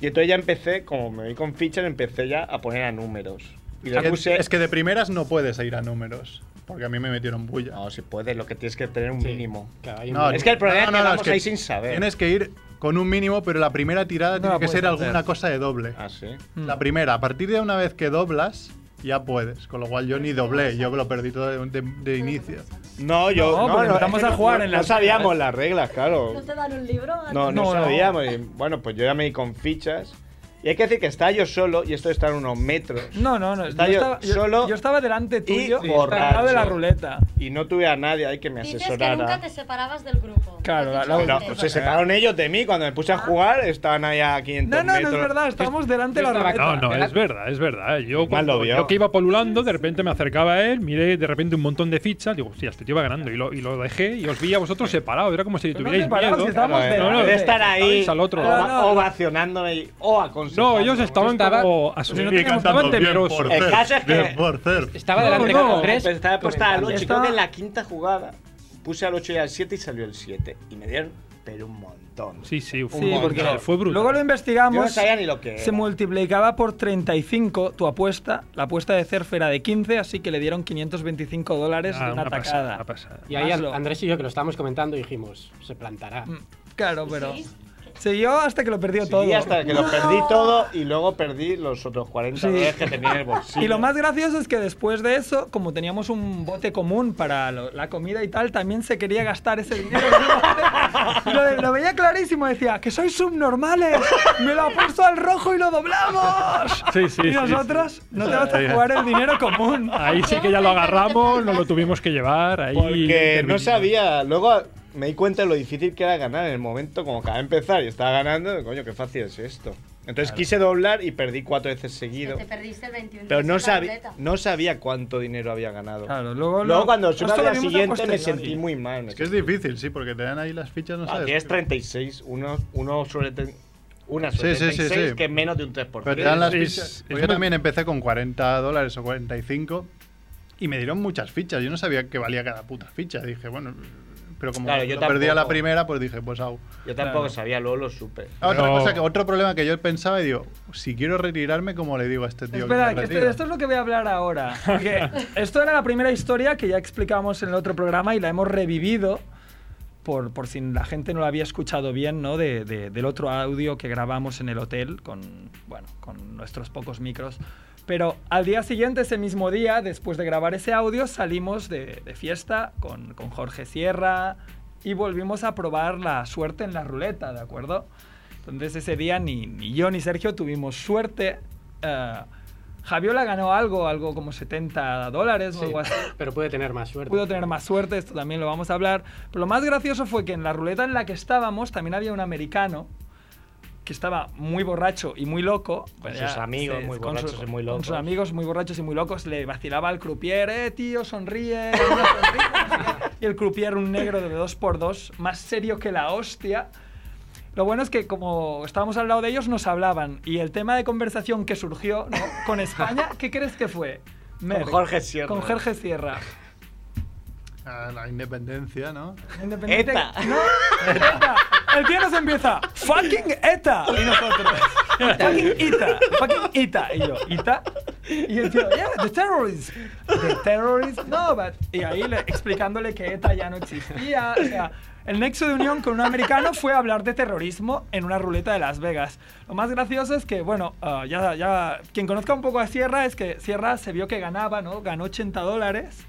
S5: Y entonces ya empecé, como me vi con fichas, empecé ya a poner a números. Y le
S1: Es que-
S5: puse.
S1: Es que de primeras no puedes ir a números. Porque a mí me metieron bulla.
S5: No, si puedes, lo que tienes que tener un mínimo.
S1: un
S5: No,
S1: mínimo.
S5: es que el
S1: No,
S5: problema es que
S1: no, no,
S5: vamos
S1: es que
S5: ahí sin saber.
S1: Tienes que ir con un mínimo, pero la primera tirada tiene
S5: la
S1: que
S5: puedes
S1: ser
S5: hacer.
S1: alguna cosa de doble.
S5: Ah, sí.
S1: La primera, a partir de una vez que doblas, ya puedes. Con lo cual yo ni doblé, yo que lo perdí todo de, de- de inicio.
S5: No, yo.
S1: No, porque empezamos
S5: es que
S1: a jugar
S5: no-
S1: en
S5: No
S1: las
S5: sabíamos
S1: reglas.
S5: las reglas, claro.
S3: ¿No te dan un libro?
S5: No, no, sabíamos. Y, bueno, pues yo ya me di con fichas. Y hay que decir que estaba yo solo, y esto está a unos metros.
S7: No, no, no.
S5: Está
S7: yo,
S5: yo
S7: estaba, yo-
S5: solo
S7: yo estaba delante tuyo,
S5: y
S7: al lado de la
S5: borracho.
S7: ruleta.
S5: Y no tuve a nadie ahí que me
S3: Dices
S5: asesorara.
S3: que nunca te separabas del grupo.
S5: Claro,
S3: Has dicho
S5: la- pues
S3: antes.
S5: se separaron ellos de mí cuando me puse
S3: Ah.
S5: a jugar, estaban ahí a 500
S7: No, no, no
S5: metros.
S7: es verdad, estábamos delante de la ruleta.
S4: No, no, es verdad, es verdad. eh. Yo, cuando,
S5: lo vio.
S4: yo que iba polulando, de repente me acercaba a él, miré de repente un montón de fichas, digo, hostia, este tío va ganando, y lo, y lo dejé, y os vi a vosotros separados, era como si tuvierais
S5: separados,
S4: miedo.
S5: si estábamos
S4: no, no,
S5: delante. De estar ahí,
S4: estabais al otro lado.
S5: ova- ovacionándome y- o aconsejando.
S4: No, ellos estaban como asumiendo, estaban temerosos.
S1: Eh,
S5: El caso es que
S4: Estaba delante No, no. con tres,
S5: Pues Estaba puesta al
S7: comentando.
S5: 8 y
S7: Estaba-
S5: creo que en la quinta jugada puse al 8 y al 7 y salió el 7. Y me dieron, pero un montón.
S4: Sí, sí, fue,
S7: Sí, porque
S4: fue brutal.
S7: Luego lo investigamos.
S5: Yo no sabía ni lo que
S7: Se
S5: era.
S7: multiplicaba por 35 tu apuesta. La apuesta de Cerf era de 15, así que le dieron 525 dólares
S6: Ah,
S7: de una,
S6: una
S7: atacada.
S6: pasada, una Y ahí
S7: Hazlo.
S6: Andrés y yo que lo estábamos comentando dijimos, se plantará.
S7: Claro, pero. Siguió hasta que lo perdió
S5: Sí,
S7: todo.
S5: hasta que lo perdí todo y luego perdí los otros 40
S7: Sí.
S5: dólares que tenía en el bolsillo.
S7: Y lo más gracioso es que después de eso, como teníamos un bote común para lo- la comida y tal, también se quería gastar ese dinero. en un bote. lo, lo veía clarísimo, decía, que sois subnormales, me lo puesto al rojo y lo doblamos.
S4: Sí, sí,
S7: y
S4: sí,
S7: nosotros
S4: sí.
S7: no te vas a jugar el dinero común.
S4: Ahí sí que ya lo agarramos, nos lo tuvimos que llevar. Ahí
S5: Porque no
S4: intervinimos.
S5: sabía. Luego me di cuenta de lo difícil que era ganar en el momento, como acaba de empezar y estaba ganando. Coño, qué fácil es esto. Entonces quise doblar y perdí cuatro veces seguido.
S3: Te perdiste el 21.
S5: Pero no,
S3: de la
S5: sabí-
S3: ruleta.
S5: no sabía cuánto dinero había ganado.
S7: Claro, luego,
S5: luego
S1: lo-
S5: cuando supe
S1: esto
S5: al
S1: lo
S5: día
S1: vimos a
S5: siguiente me
S1: posteriori.
S5: sentí muy mal.
S1: Es que es difícil, sí, porque te dan ahí las fichas, no
S5: Aquí
S1: sabes.
S5: es 36, uno, uno sobre tre- una
S1: Sí,
S5: sobre
S1: sí, sí,
S5: 36,
S1: sí.
S5: que es menos de un 3%.
S1: Pero te dan las
S5: Es-
S1: fichas.
S5: es
S1: Yo
S5: muy-
S1: también empecé con 40 dólares o 45 y me dieron muchas fichas. Yo no sabía que valía cada puta ficha. Dije, bueno, pero como
S5: Claro, yo
S1: lo perdí a la
S5: tampoco.
S1: primera, pues dije, pues au.
S5: Yo tampoco
S1: Claro.
S5: sabía, luego lo supe.
S1: Ah, Otra cosa que, otro problema que yo pensaba y digo, si quiero retirarme, ¿cómo le digo a este tío? que
S7: Espera,
S1: me
S7: que esto,
S1: retiro?
S7: esto es lo que voy a hablar ahora. Porque esto era la primera historia que ya explicamos en el otro programa y la hemos revivido por, por si la gente no la había escuchado bien, ¿no? De- de- del otro audio que grabamos en el hotel con, bueno, con nuestros pocos micros. Pero al día siguiente, ese mismo día, después de grabar ese audio, salimos de, de fiesta con, con Jorge Sierra y volvimos a probar la suerte en la ruleta, ¿de acuerdo? Entonces ese día ni, ni yo ni Sergio tuvimos suerte. Eh, Javiola ganó algo, algo como 70 dólares o
S6: Sí,
S7: algo así.
S6: Pero puede tener más suerte.
S7: Pudo tener más suerte, esto también lo vamos a hablar. Pero lo más gracioso fue que en la ruleta en la que estábamos también había un americano que estaba muy borracho y muy loco. Pues
S5: Con
S7: Ya,
S5: sus amigos
S7: sí,
S5: muy
S7: con su-
S5: borrachos y muy
S7: Con
S5: locos.
S7: sus amigos muy borrachos y muy locos. Le vacilaba al croupier, eh, tío, sonríe. no sonríe". y el croupier, un negro de dos por dos, más serio que la hostia. Lo bueno es que como estábamos al lado de ellos nos hablaban y el tema de conversación que surgió ¿no? con España, ¿qué crees que fue? Merck.
S5: Jorge Sierra.
S7: Con Jorge Sierra.
S1: Ah, la independencia, ¿no?
S7: Independiente- No, ETA. El tío nos empieza, fucking ETA. Y nosotros, fucking ETA, fucking ETA. Y yo, ETA. Y el tío, yeah, the terrorists. The terrorists, no, but... Y ahí le- explicándole que ETA ya no existía. O sea, el nexo de unión con un americano fue hablar de terrorismo en una ruleta de Las Vegas. Lo más gracioso es que, bueno, ah, ya, ya... Quien conozca un poco a Sierra es que Sierra se vio que ganaba, ¿no? Ganó 80 dólares.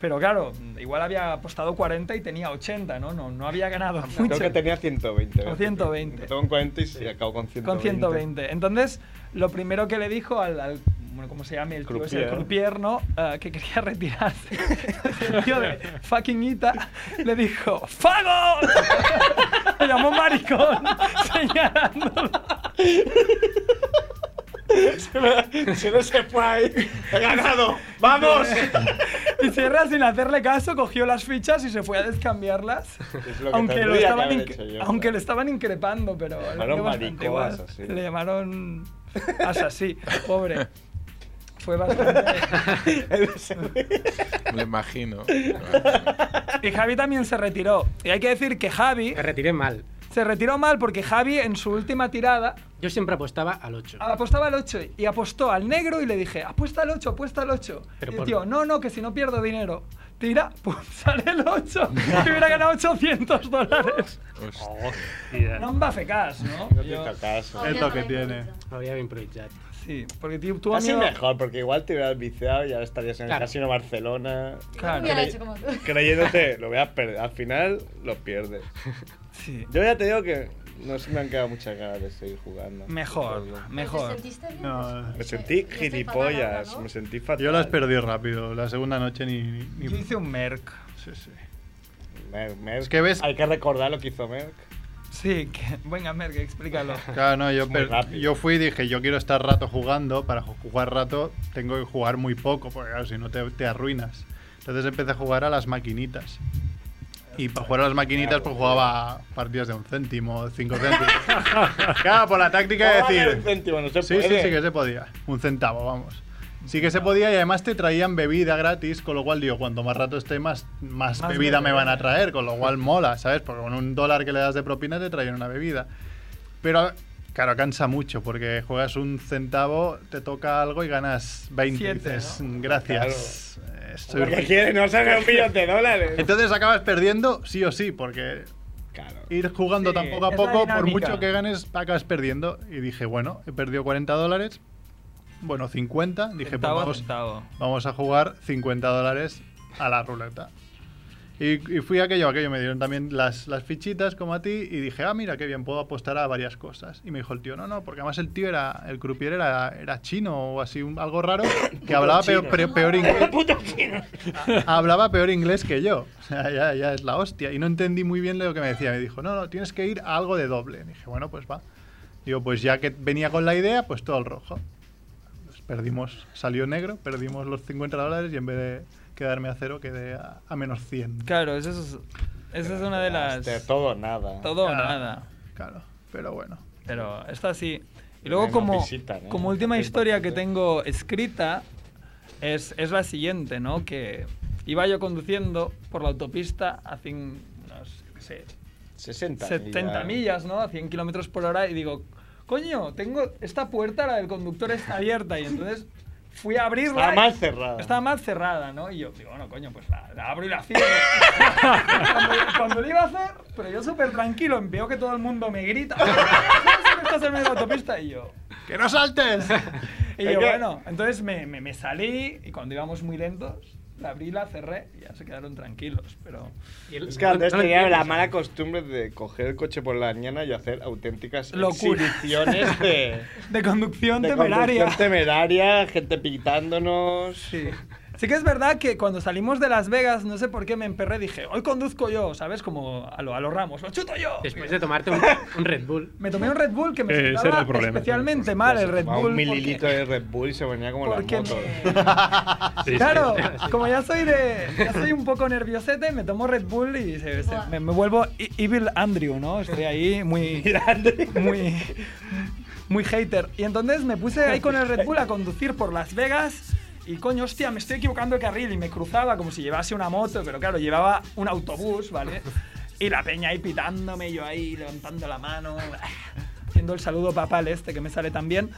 S7: Pero claro, igual había apostado 40 y tenía 80, ¿no? No, no había ganado mucho.
S5: Creo que tenía 120.
S7: Con 120.
S5: Tengo con 40 y sí, acabo con 120.
S7: Con 120. Entonces, lo primero que le dijo al, al- bueno, ¿cómo se llama? El tío ese, el
S5: Croupier.
S7: croupier, ¿no? Ah, que quería retirarse. el tío de fucking Ita le dijo, ¡Fago!
S13: Lo llamó maricón, señalándolo.
S5: Se no se fue ahí. He ganado. ¡Vamos!
S7: Y Sierra, sin hacerle caso, cogió las fichas y se fue a descambiarlas.
S5: Es lo que
S7: aunque lo
S5: tendría que
S7: estaban,
S5: haber
S7: inc-
S5: hecho yo,
S7: aunque le estaban increpando, pero. le
S5: llamaron
S7: dio bastante
S5: maricón,
S7: igual.
S5: así.
S7: Le llamaron. Así, pobre. Fue bastante.
S2: Me imagino.
S7: Y Javi también se retiró. Y hay que decir que Javi.
S6: Me retiré mal.
S7: Se retiró mal porque Javi en su última tirada
S6: Yo siempre apostaba al 8.
S7: apostaba al 8 y apostó al negro y le dije, apuesta al 8, apuesta al 8.
S6: Pero
S7: y el
S6: por-
S7: tío, no, no, que si no pierdo dinero. Tira, pum, sale el 8. y hubiera ganado 800 dólares. No me fecas, ¿no?
S5: No te hizo caso.
S7: Es lo que tiene.
S6: Habría que improvisar.
S7: Sí, porque tú, tú
S5: Así
S7: amigo-
S5: mejor, porque igual te hubieras viciado y ahora estarías en el
S7: Claro.
S5: Casino Barcelona.
S7: Claro.
S5: Crey-
S7: Hubiera hecho como tú.
S5: Creyéndote, lo voy a perder. Al final lo pierdes.
S7: Sí.
S5: Yo ya te digo que no se me han quedado muchas ganas de seguir jugando.
S7: Mejor,
S1: mejor.
S5: Me sentí gilipollas, me sentí fatal.
S1: Yo las perdí rápido, la segunda noche ni... ni- ni-
S7: Yo hice un Merc.
S1: Sí, sí.
S5: Merck, Merck.
S1: Es que ves-
S5: Hay que recordar lo que hizo Merck.
S7: Sí, que... venga, Merck, explícalo.
S1: Claro, no, yo,
S5: Muy
S1: per-
S5: rápido.
S1: yo fui y dije, yo quiero estar rato jugando, para ju- jugar rato tengo que jugar muy poco, porque claro, si no te, te arruinas. Entonces empecé a jugar a las maquinitas. Y para jugar a las maquinitas pues jugaba partidas de un céntimo, cinco céntimos. claro, por la táctica
S5: Jugaba
S1: de
S5: de
S1: decir...
S5: un céntimo, no se
S1: sí, sí,
S5: puede.
S1: sí que se podía. Un centavo, vamos. Sí que se podía y además te traían bebida gratis, con lo cual digo, cuanto más rato esté, más, más,
S7: Más
S1: bebida me
S7: bebida.
S1: van a traer, con lo cual mola, ¿sabes? Porque con un dólar que le das de propina te traen una bebida. Pero claro, cansa mucho porque juegas un centavo, te toca algo y ganas 20.
S5: Siete,
S1: dices, "Mm, gracias. eh, estoy
S5: Lo que
S1: rico".
S5: quiere no sabe un millón de dólares.
S1: Entonces acabas perdiendo sí o sí, porque ir jugando
S5: Sí,
S1: tan poco a
S5: es la
S1: poco, por
S5: dinámica.
S1: mucho que ganes, acabas perdiendo. Y dije, bueno, he perdido 40 dólares, bueno, 50. Dije, pues
S7: Centavo a
S1: vamos,
S7: centavo.
S1: vamos a jugar 50 dólares a la ruleta. Y, y fui aquello, aquello, me dieron también las, las fichitas como a ti y dije, ah, mira, qué bien, puedo apostar a varias cosas. Y me dijo el tío, no, no, porque además el tío era, el croupier era, era chino o así, un- algo raro, que hablaba peor, pre- peor inglés hablaba peor inglés que yo. O sea, ya, ya es la hostia. Y no entendí muy bien lo que me decía. Me dijo, no, no, tienes que ir a algo de doble. dije, bueno, pues va. Digo, pues ya que venía con la idea, pues todo el rojo. Pues perdimos, salió negro, perdimos los 50 dólares y en vez de quedarme a cero, quedé a, a menos 100.
S7: Claro, esa es, esa es una de las...
S5: De todo o nada.
S7: Todo o
S1: Claro.
S7: nada.
S1: Claro, pero bueno.
S7: Pero está sí. Y luego
S5: Menos
S7: como,
S5: visitan, ¿eh?
S7: como última historia que tengo escrita es, es la siguiente, ¿no? Que iba yo conduciendo por la autopista a cien- unos, yo qué sé,
S5: 60.
S7: 70 millas, ¿no? A 100 kilómetros por hora y digo, coño, tengo esta puerta, la del conductor está abierta y entonces fui a abrirla.
S5: Estaba
S7: y-
S5: mal cerrada.
S7: Estaba mal cerrada, ¿no? Y yo digo, bueno, coño, pues la, la abro y la cierro. cuando, cuando lo iba a hacer, pero yo súper tranquilo, veo que todo el mundo me grita. "Oye, ¿sabes que estás en medio de la autopista? Y yo,
S1: ¡Que no saltes!
S7: y yo, bueno, entonces me, me- me salí y cuando íbamos muy lentos, la abrí, la cerré y ya se quedaron tranquilos, pero...
S5: Es que Andrés tenía la mala costumbre de coger el coche por la mañana y hacer auténticas
S7: Locura.
S5: exhibiciones de,
S7: De conducción
S5: de
S7: temeraria.
S5: conducción temeraria, gente pitándonos. Sí.
S7: Sí que es verdad que cuando salimos de Las Vegas, no sé por qué me emperré, dije, hoy conduzco yo, ¿sabes? Como a, lo- a los ramos, lo chuto yo.
S6: Después de tomarte un, un Red Bull.
S7: Me tomé un Red Bull que me
S6: Eh, ese
S7: sentaba
S6: era el problema.
S7: especialmente mal el Red Bull.
S5: un
S7: porque-
S5: mililitro de Red Bull y se venía como las
S7: porque
S5: motos.
S7: Claro, como ya soy de, ya soy un poco nerviosete, me tomo Red Bull y se- se- me, me vuelvo e- Evil Andrew, ¿no? Estoy ahí muy, muy, muy hater. Y entonces me puse ahí con el Red Bull a conducir por Las Vegas y coño, hostia, me estoy equivocando de carril y me cruzaba como si llevase una moto, pero claro, llevaba un autobús, ¿vale? Y la peña ahí pitándome, yo ahí levantando la mano, haciendo el saludo papal este que me sale tan bien.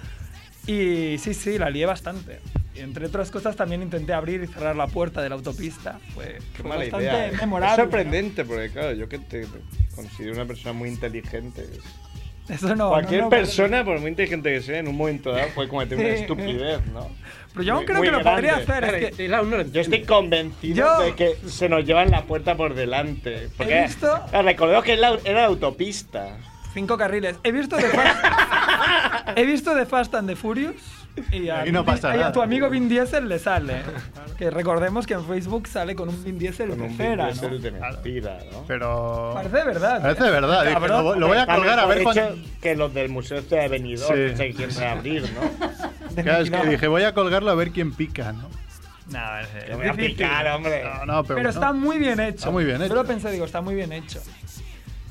S7: Y sí, sí, la lié bastante. Y entre otras cosas también intenté abrir y cerrar la puerta de la autopista. Fue,
S5: Qué
S7: fue
S5: mala
S7: bastante
S5: idea. ¿eh? Es
S7: memorable.
S5: sorprendente porque, claro, yo que te considero una persona muy inteligente. es-
S7: Eso no,
S5: Cualquier
S7: no, no, pero-
S5: persona, por muy inteligente que sea, en un momento dado puede cometer una
S7: Sí.
S5: estupidez, ¿no?
S7: Pero yo
S5: Muy-
S7: creo
S5: muy
S7: que lo podría
S5: grande.
S7: hacer. Es que
S5: Yo estoy convencido de que se nos llevan la puerta por delante. Porque
S7: He visto-
S5: eh, recordemos que es la- era la autopista.
S7: cinco carriles. He visto, de Fast, he visto The Fast and the Furious Y, a
S1: Aquí no
S7: Vin-
S1: pasa
S7: y a
S1: nada.
S7: tu amigo Vin Diesel le sale. ¿eh? que recordemos que en Facebook sale con un Vin Diesel de cera, ¿no?
S1: Pero.
S7: Parece verdad. ¿eh?
S1: Parece verdad. dije,
S5: Cabrón,
S1: lo, lo voy a
S5: también
S1: colgar a
S5: por
S1: ver
S5: hecho
S1: cuándo.
S5: Que los del museo este de Benidorm,
S1: Sí.
S5: no sé quién va a abrir, ¿no?
S1: Claro, es que dije, voy a colgarlo a ver quién pica, ¿no?
S7: No, es,
S5: Lo voy a picar, hombre.
S1: No, no, pero.
S7: Pero,
S1: no.
S7: está muy bien hecho.
S1: Está muy bien
S7: Yo
S1: hecho.
S7: lo pensé, digo, está muy bien hecho.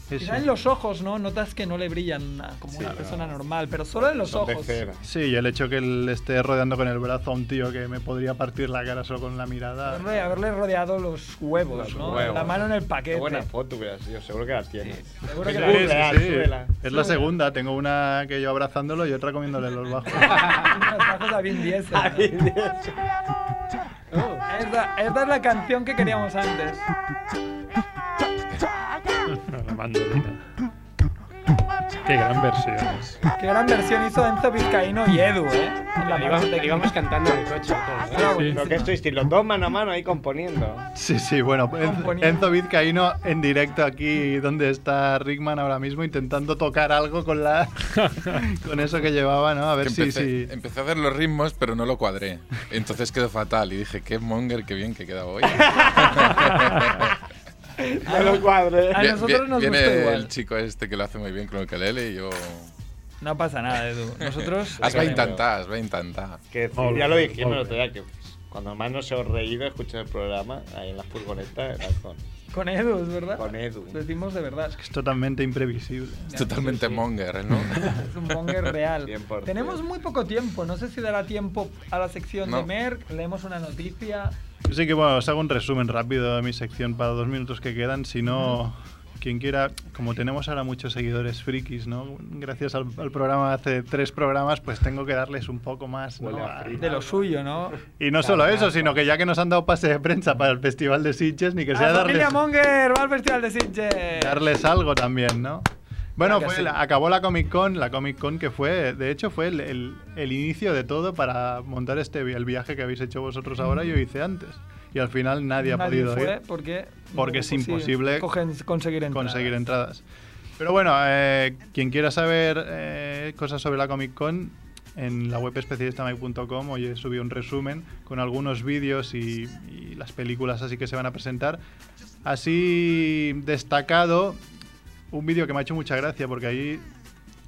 S7: Quizá
S1: sí.
S7: en los ojos, ¿no? Notas que no le brillan na- como una persona normal, pero solo en los ojos.
S1: Sí, y el hecho que él esté rodeando con el brazo a un tío que me podría partir la cara solo con la mirada.
S7: Haberle, haberle rodeado los huevos,
S1: Los
S7: ¿no?
S1: huevos.
S7: La mano en el paquete.
S10: Qué buena foto que has sido, seguro que la tienes.
S7: Seguro
S1: Sí,
S7: que
S1: sí,
S7: la
S1: sí. Es la segunda, tengo una que yo abrazándolo y otra comiéndole los bajos.
S7: Bajos a Vin Diesel. ¿no? Oh, esta, esta es la canción que queríamos antes.
S14: La mandolina. Qué gran versión. es.
S7: Qué gran versión hizo Enzo Vizcaíno y Edu, ¿eh? En la parte
S6: Íbamos, íbamos cantando ¿eh? en el coche.
S7: Ah,
S5: Lo que estuvisteis los dos mano a mano ahí componiendo.
S1: Sí, sí, bueno, Enzo- Enzo Vizcaíno en directo aquí donde está Rickman ahora mismo intentando tocar algo con la con eso que llevaba, ¿no? A ver
S2: Que
S1: si,
S2: empecé,
S1: si
S2: empecé a hacer los ritmos, pero no lo cuadré. Entonces quedó fatal y dije, qué monger, qué bien que queda hoy.
S5: A los cuadros.
S7: A nosotros nos
S2: viene
S7: gusta igual.
S2: el chico este que lo hace muy bien con el ukelele y yo...
S7: No pasa nada, Edu. Nosotros.
S2: Has va a intentar, has va a intentar.
S5: Que
S2: Molt
S5: ya
S2: bé,
S5: lo dijimos el
S2: molt
S5: otro día, que cuando más nos hemos reído escuchar el programa, ahí en la furgoneta, era con,
S7: Con Edu, es verdad.
S5: con Edu.
S7: Lo decimos de verdad.
S1: es totalmente imprevisible.
S2: Es totalmente monger, ¿no?
S7: Es un monger real. Tenemos muy poco tiempo. No sé si dará tiempo a la sección de
S1: No.
S7: Merck. Leemos una noticia.
S1: Sí que bueno, os hago un resumen rápido de mi sección para dos minutos que quedan, si no, quien quiera, como tenemos ahora muchos seguidores frikis, ¿no? Gracias al, al programa de hace tres programas, pues tengo que darles un poco más, ¿no? A-
S7: De lo suyo, ¿no?
S1: Y no solo eso, sino que ya que nos han dado pase de prensa para el Festival de Sitges, ni que sea
S7: La
S1: darles,
S7: familia Monger va al Festival de Sitges.
S1: darles algo también, ¿no? Bueno,
S7: Claro que
S1: fue
S7: sí.
S1: la- acabó la Comic Con, la Comic Con que fue, de hecho, fue el, el- el inicio de todo para montar este vi- el viaje que habéis hecho vosotros ahora, yo hice antes. Y al final nadie, ha
S7: Mm. Nadie
S1: podido
S7: fue
S1: ir.
S7: porque,
S1: Porque es
S7: sí,
S1: imposible
S7: cogen- conseguir entradas.
S1: conseguir entradas. Pero bueno, eh, quien quiera saber eh, cosas sobre la Comic Con, en la web especialistamike.com hoy subí un resumen con algunos vídeos y, y las películas así que se van a presentar. Así destacado, un vídeo que me ha hecho mucha gracia porque ahí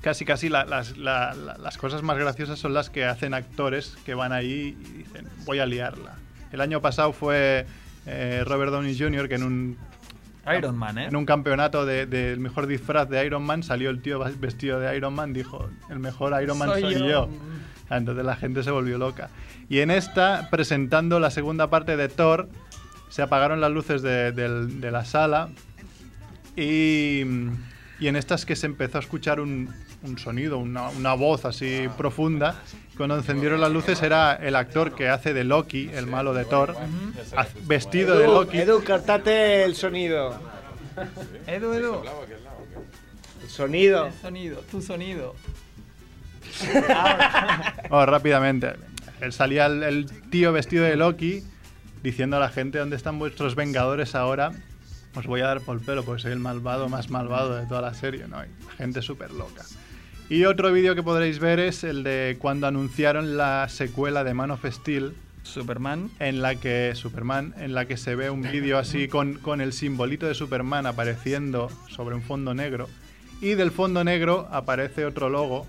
S1: casi casi la- las, la- la- las cosas más graciosas son las que hacen actores que van ahí y dicen voy a liarla. El año pasado fue eh, Robert Downey Jr. que en un
S7: Iron Man, ¿eh?
S1: en un campeonato de- del mejor disfraz de Iron Man salió el tío vas- vestido de Iron Man, dijo, el mejor Iron Man
S7: Soy
S1: soy,
S7: yo".
S1: yo. Ah, Entonces la gente se volvió loca. Y en esta, presentando la segunda parte de Thor, se apagaron las luces de, del- de la sala y, y en estas que se empezó a escuchar un, un sonido, una, una voz así profunda. Cuando encendieron las luces era el actor que hace de Loki, el malo de Thor, haz- vestido de
S5: Edu,
S1: Loki.
S5: Edu, cortate el sonido.
S7: Edu, Edu.
S5: El sonido.
S7: Sonido, tu sonido.
S1: Vamos, Oh, rápidamente. Él salía el, el tío vestido de Loki diciendo a la gente dónde están vuestros Vengadores ahora. Os voy a dar por el pelo porque soy el malvado más malvado de toda la serie, ¿no? Y la gente súper loca. Y otro vídeo que podréis ver es el de cuando anunciaron la secuela de Man of Steel.
S7: Superman.
S1: En la que. Superman. En la que se ve un vídeo así con, con el simbolito de Superman apareciendo sobre un fondo negro. Y del fondo negro aparece otro logo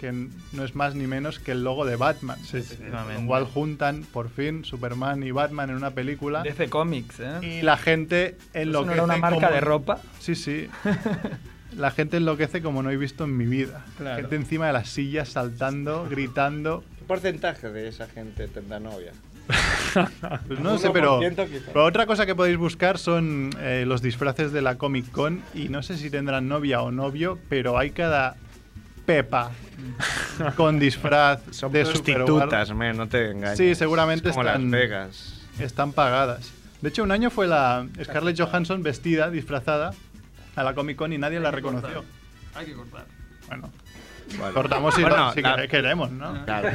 S1: que n- no es más ni menos que el logo de Batman.
S7: efectivamente.
S1: Igual juntan por fin Superman y Batman en una película.
S7: DC Comics, ¿eh?
S1: Y la gente
S7: ¿Eso
S1: enloquece.
S7: no era una marca
S1: como-
S7: de ropa?
S1: Sí, sí. La gente enloquece como no he visto en mi vida.
S5: Claro.
S1: Gente encima de las sillas saltando, gritando.
S5: ¿Qué porcentaje de esa gente tendrá novia?
S1: Pues no sé, pero,
S5: 1% quizá.
S1: pero otra cosa que podéis buscar son eh, los disfraces de la Comic Con y no sé si tendrán novia o novio, pero hay cada Pepa con disfraz
S10: Son
S1: de
S10: prostitutas,
S1: Supergirl.
S10: men, no te engañes.
S1: Sí, seguramente
S10: Es como Las
S1: están,
S10: Vegas.
S1: están pagadas. De hecho, un año fue la Scarlett Johansson vestida, disfrazada, a la Comic Con y nadie la reconoció.
S7: Hay que cortar.
S1: Bueno.
S10: Vale.
S1: Cortamos si,
S10: Bueno,
S1: si
S10: la-
S1: queremos, ¿no?
S10: Claro,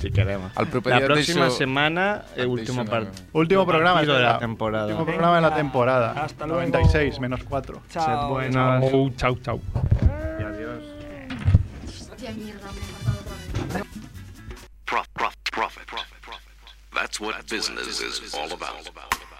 S10: si queremos.
S1: Al
S10: la
S1: propiedad de
S10: próxima
S1: eso-
S10: semana, el
S1: de
S10: último
S1: eso
S10: par-
S1: Último programa
S10: partido de la
S1: será.
S10: temporada.
S1: Último programa de la temporada. Hasta 96 menos 4.
S10: Sed
S5: Ah,
S10: buenos.
S14: Oh, chau, chau.
S10: Y adiós.
S8: Hostia, mierda,
S15: That's what business is all about.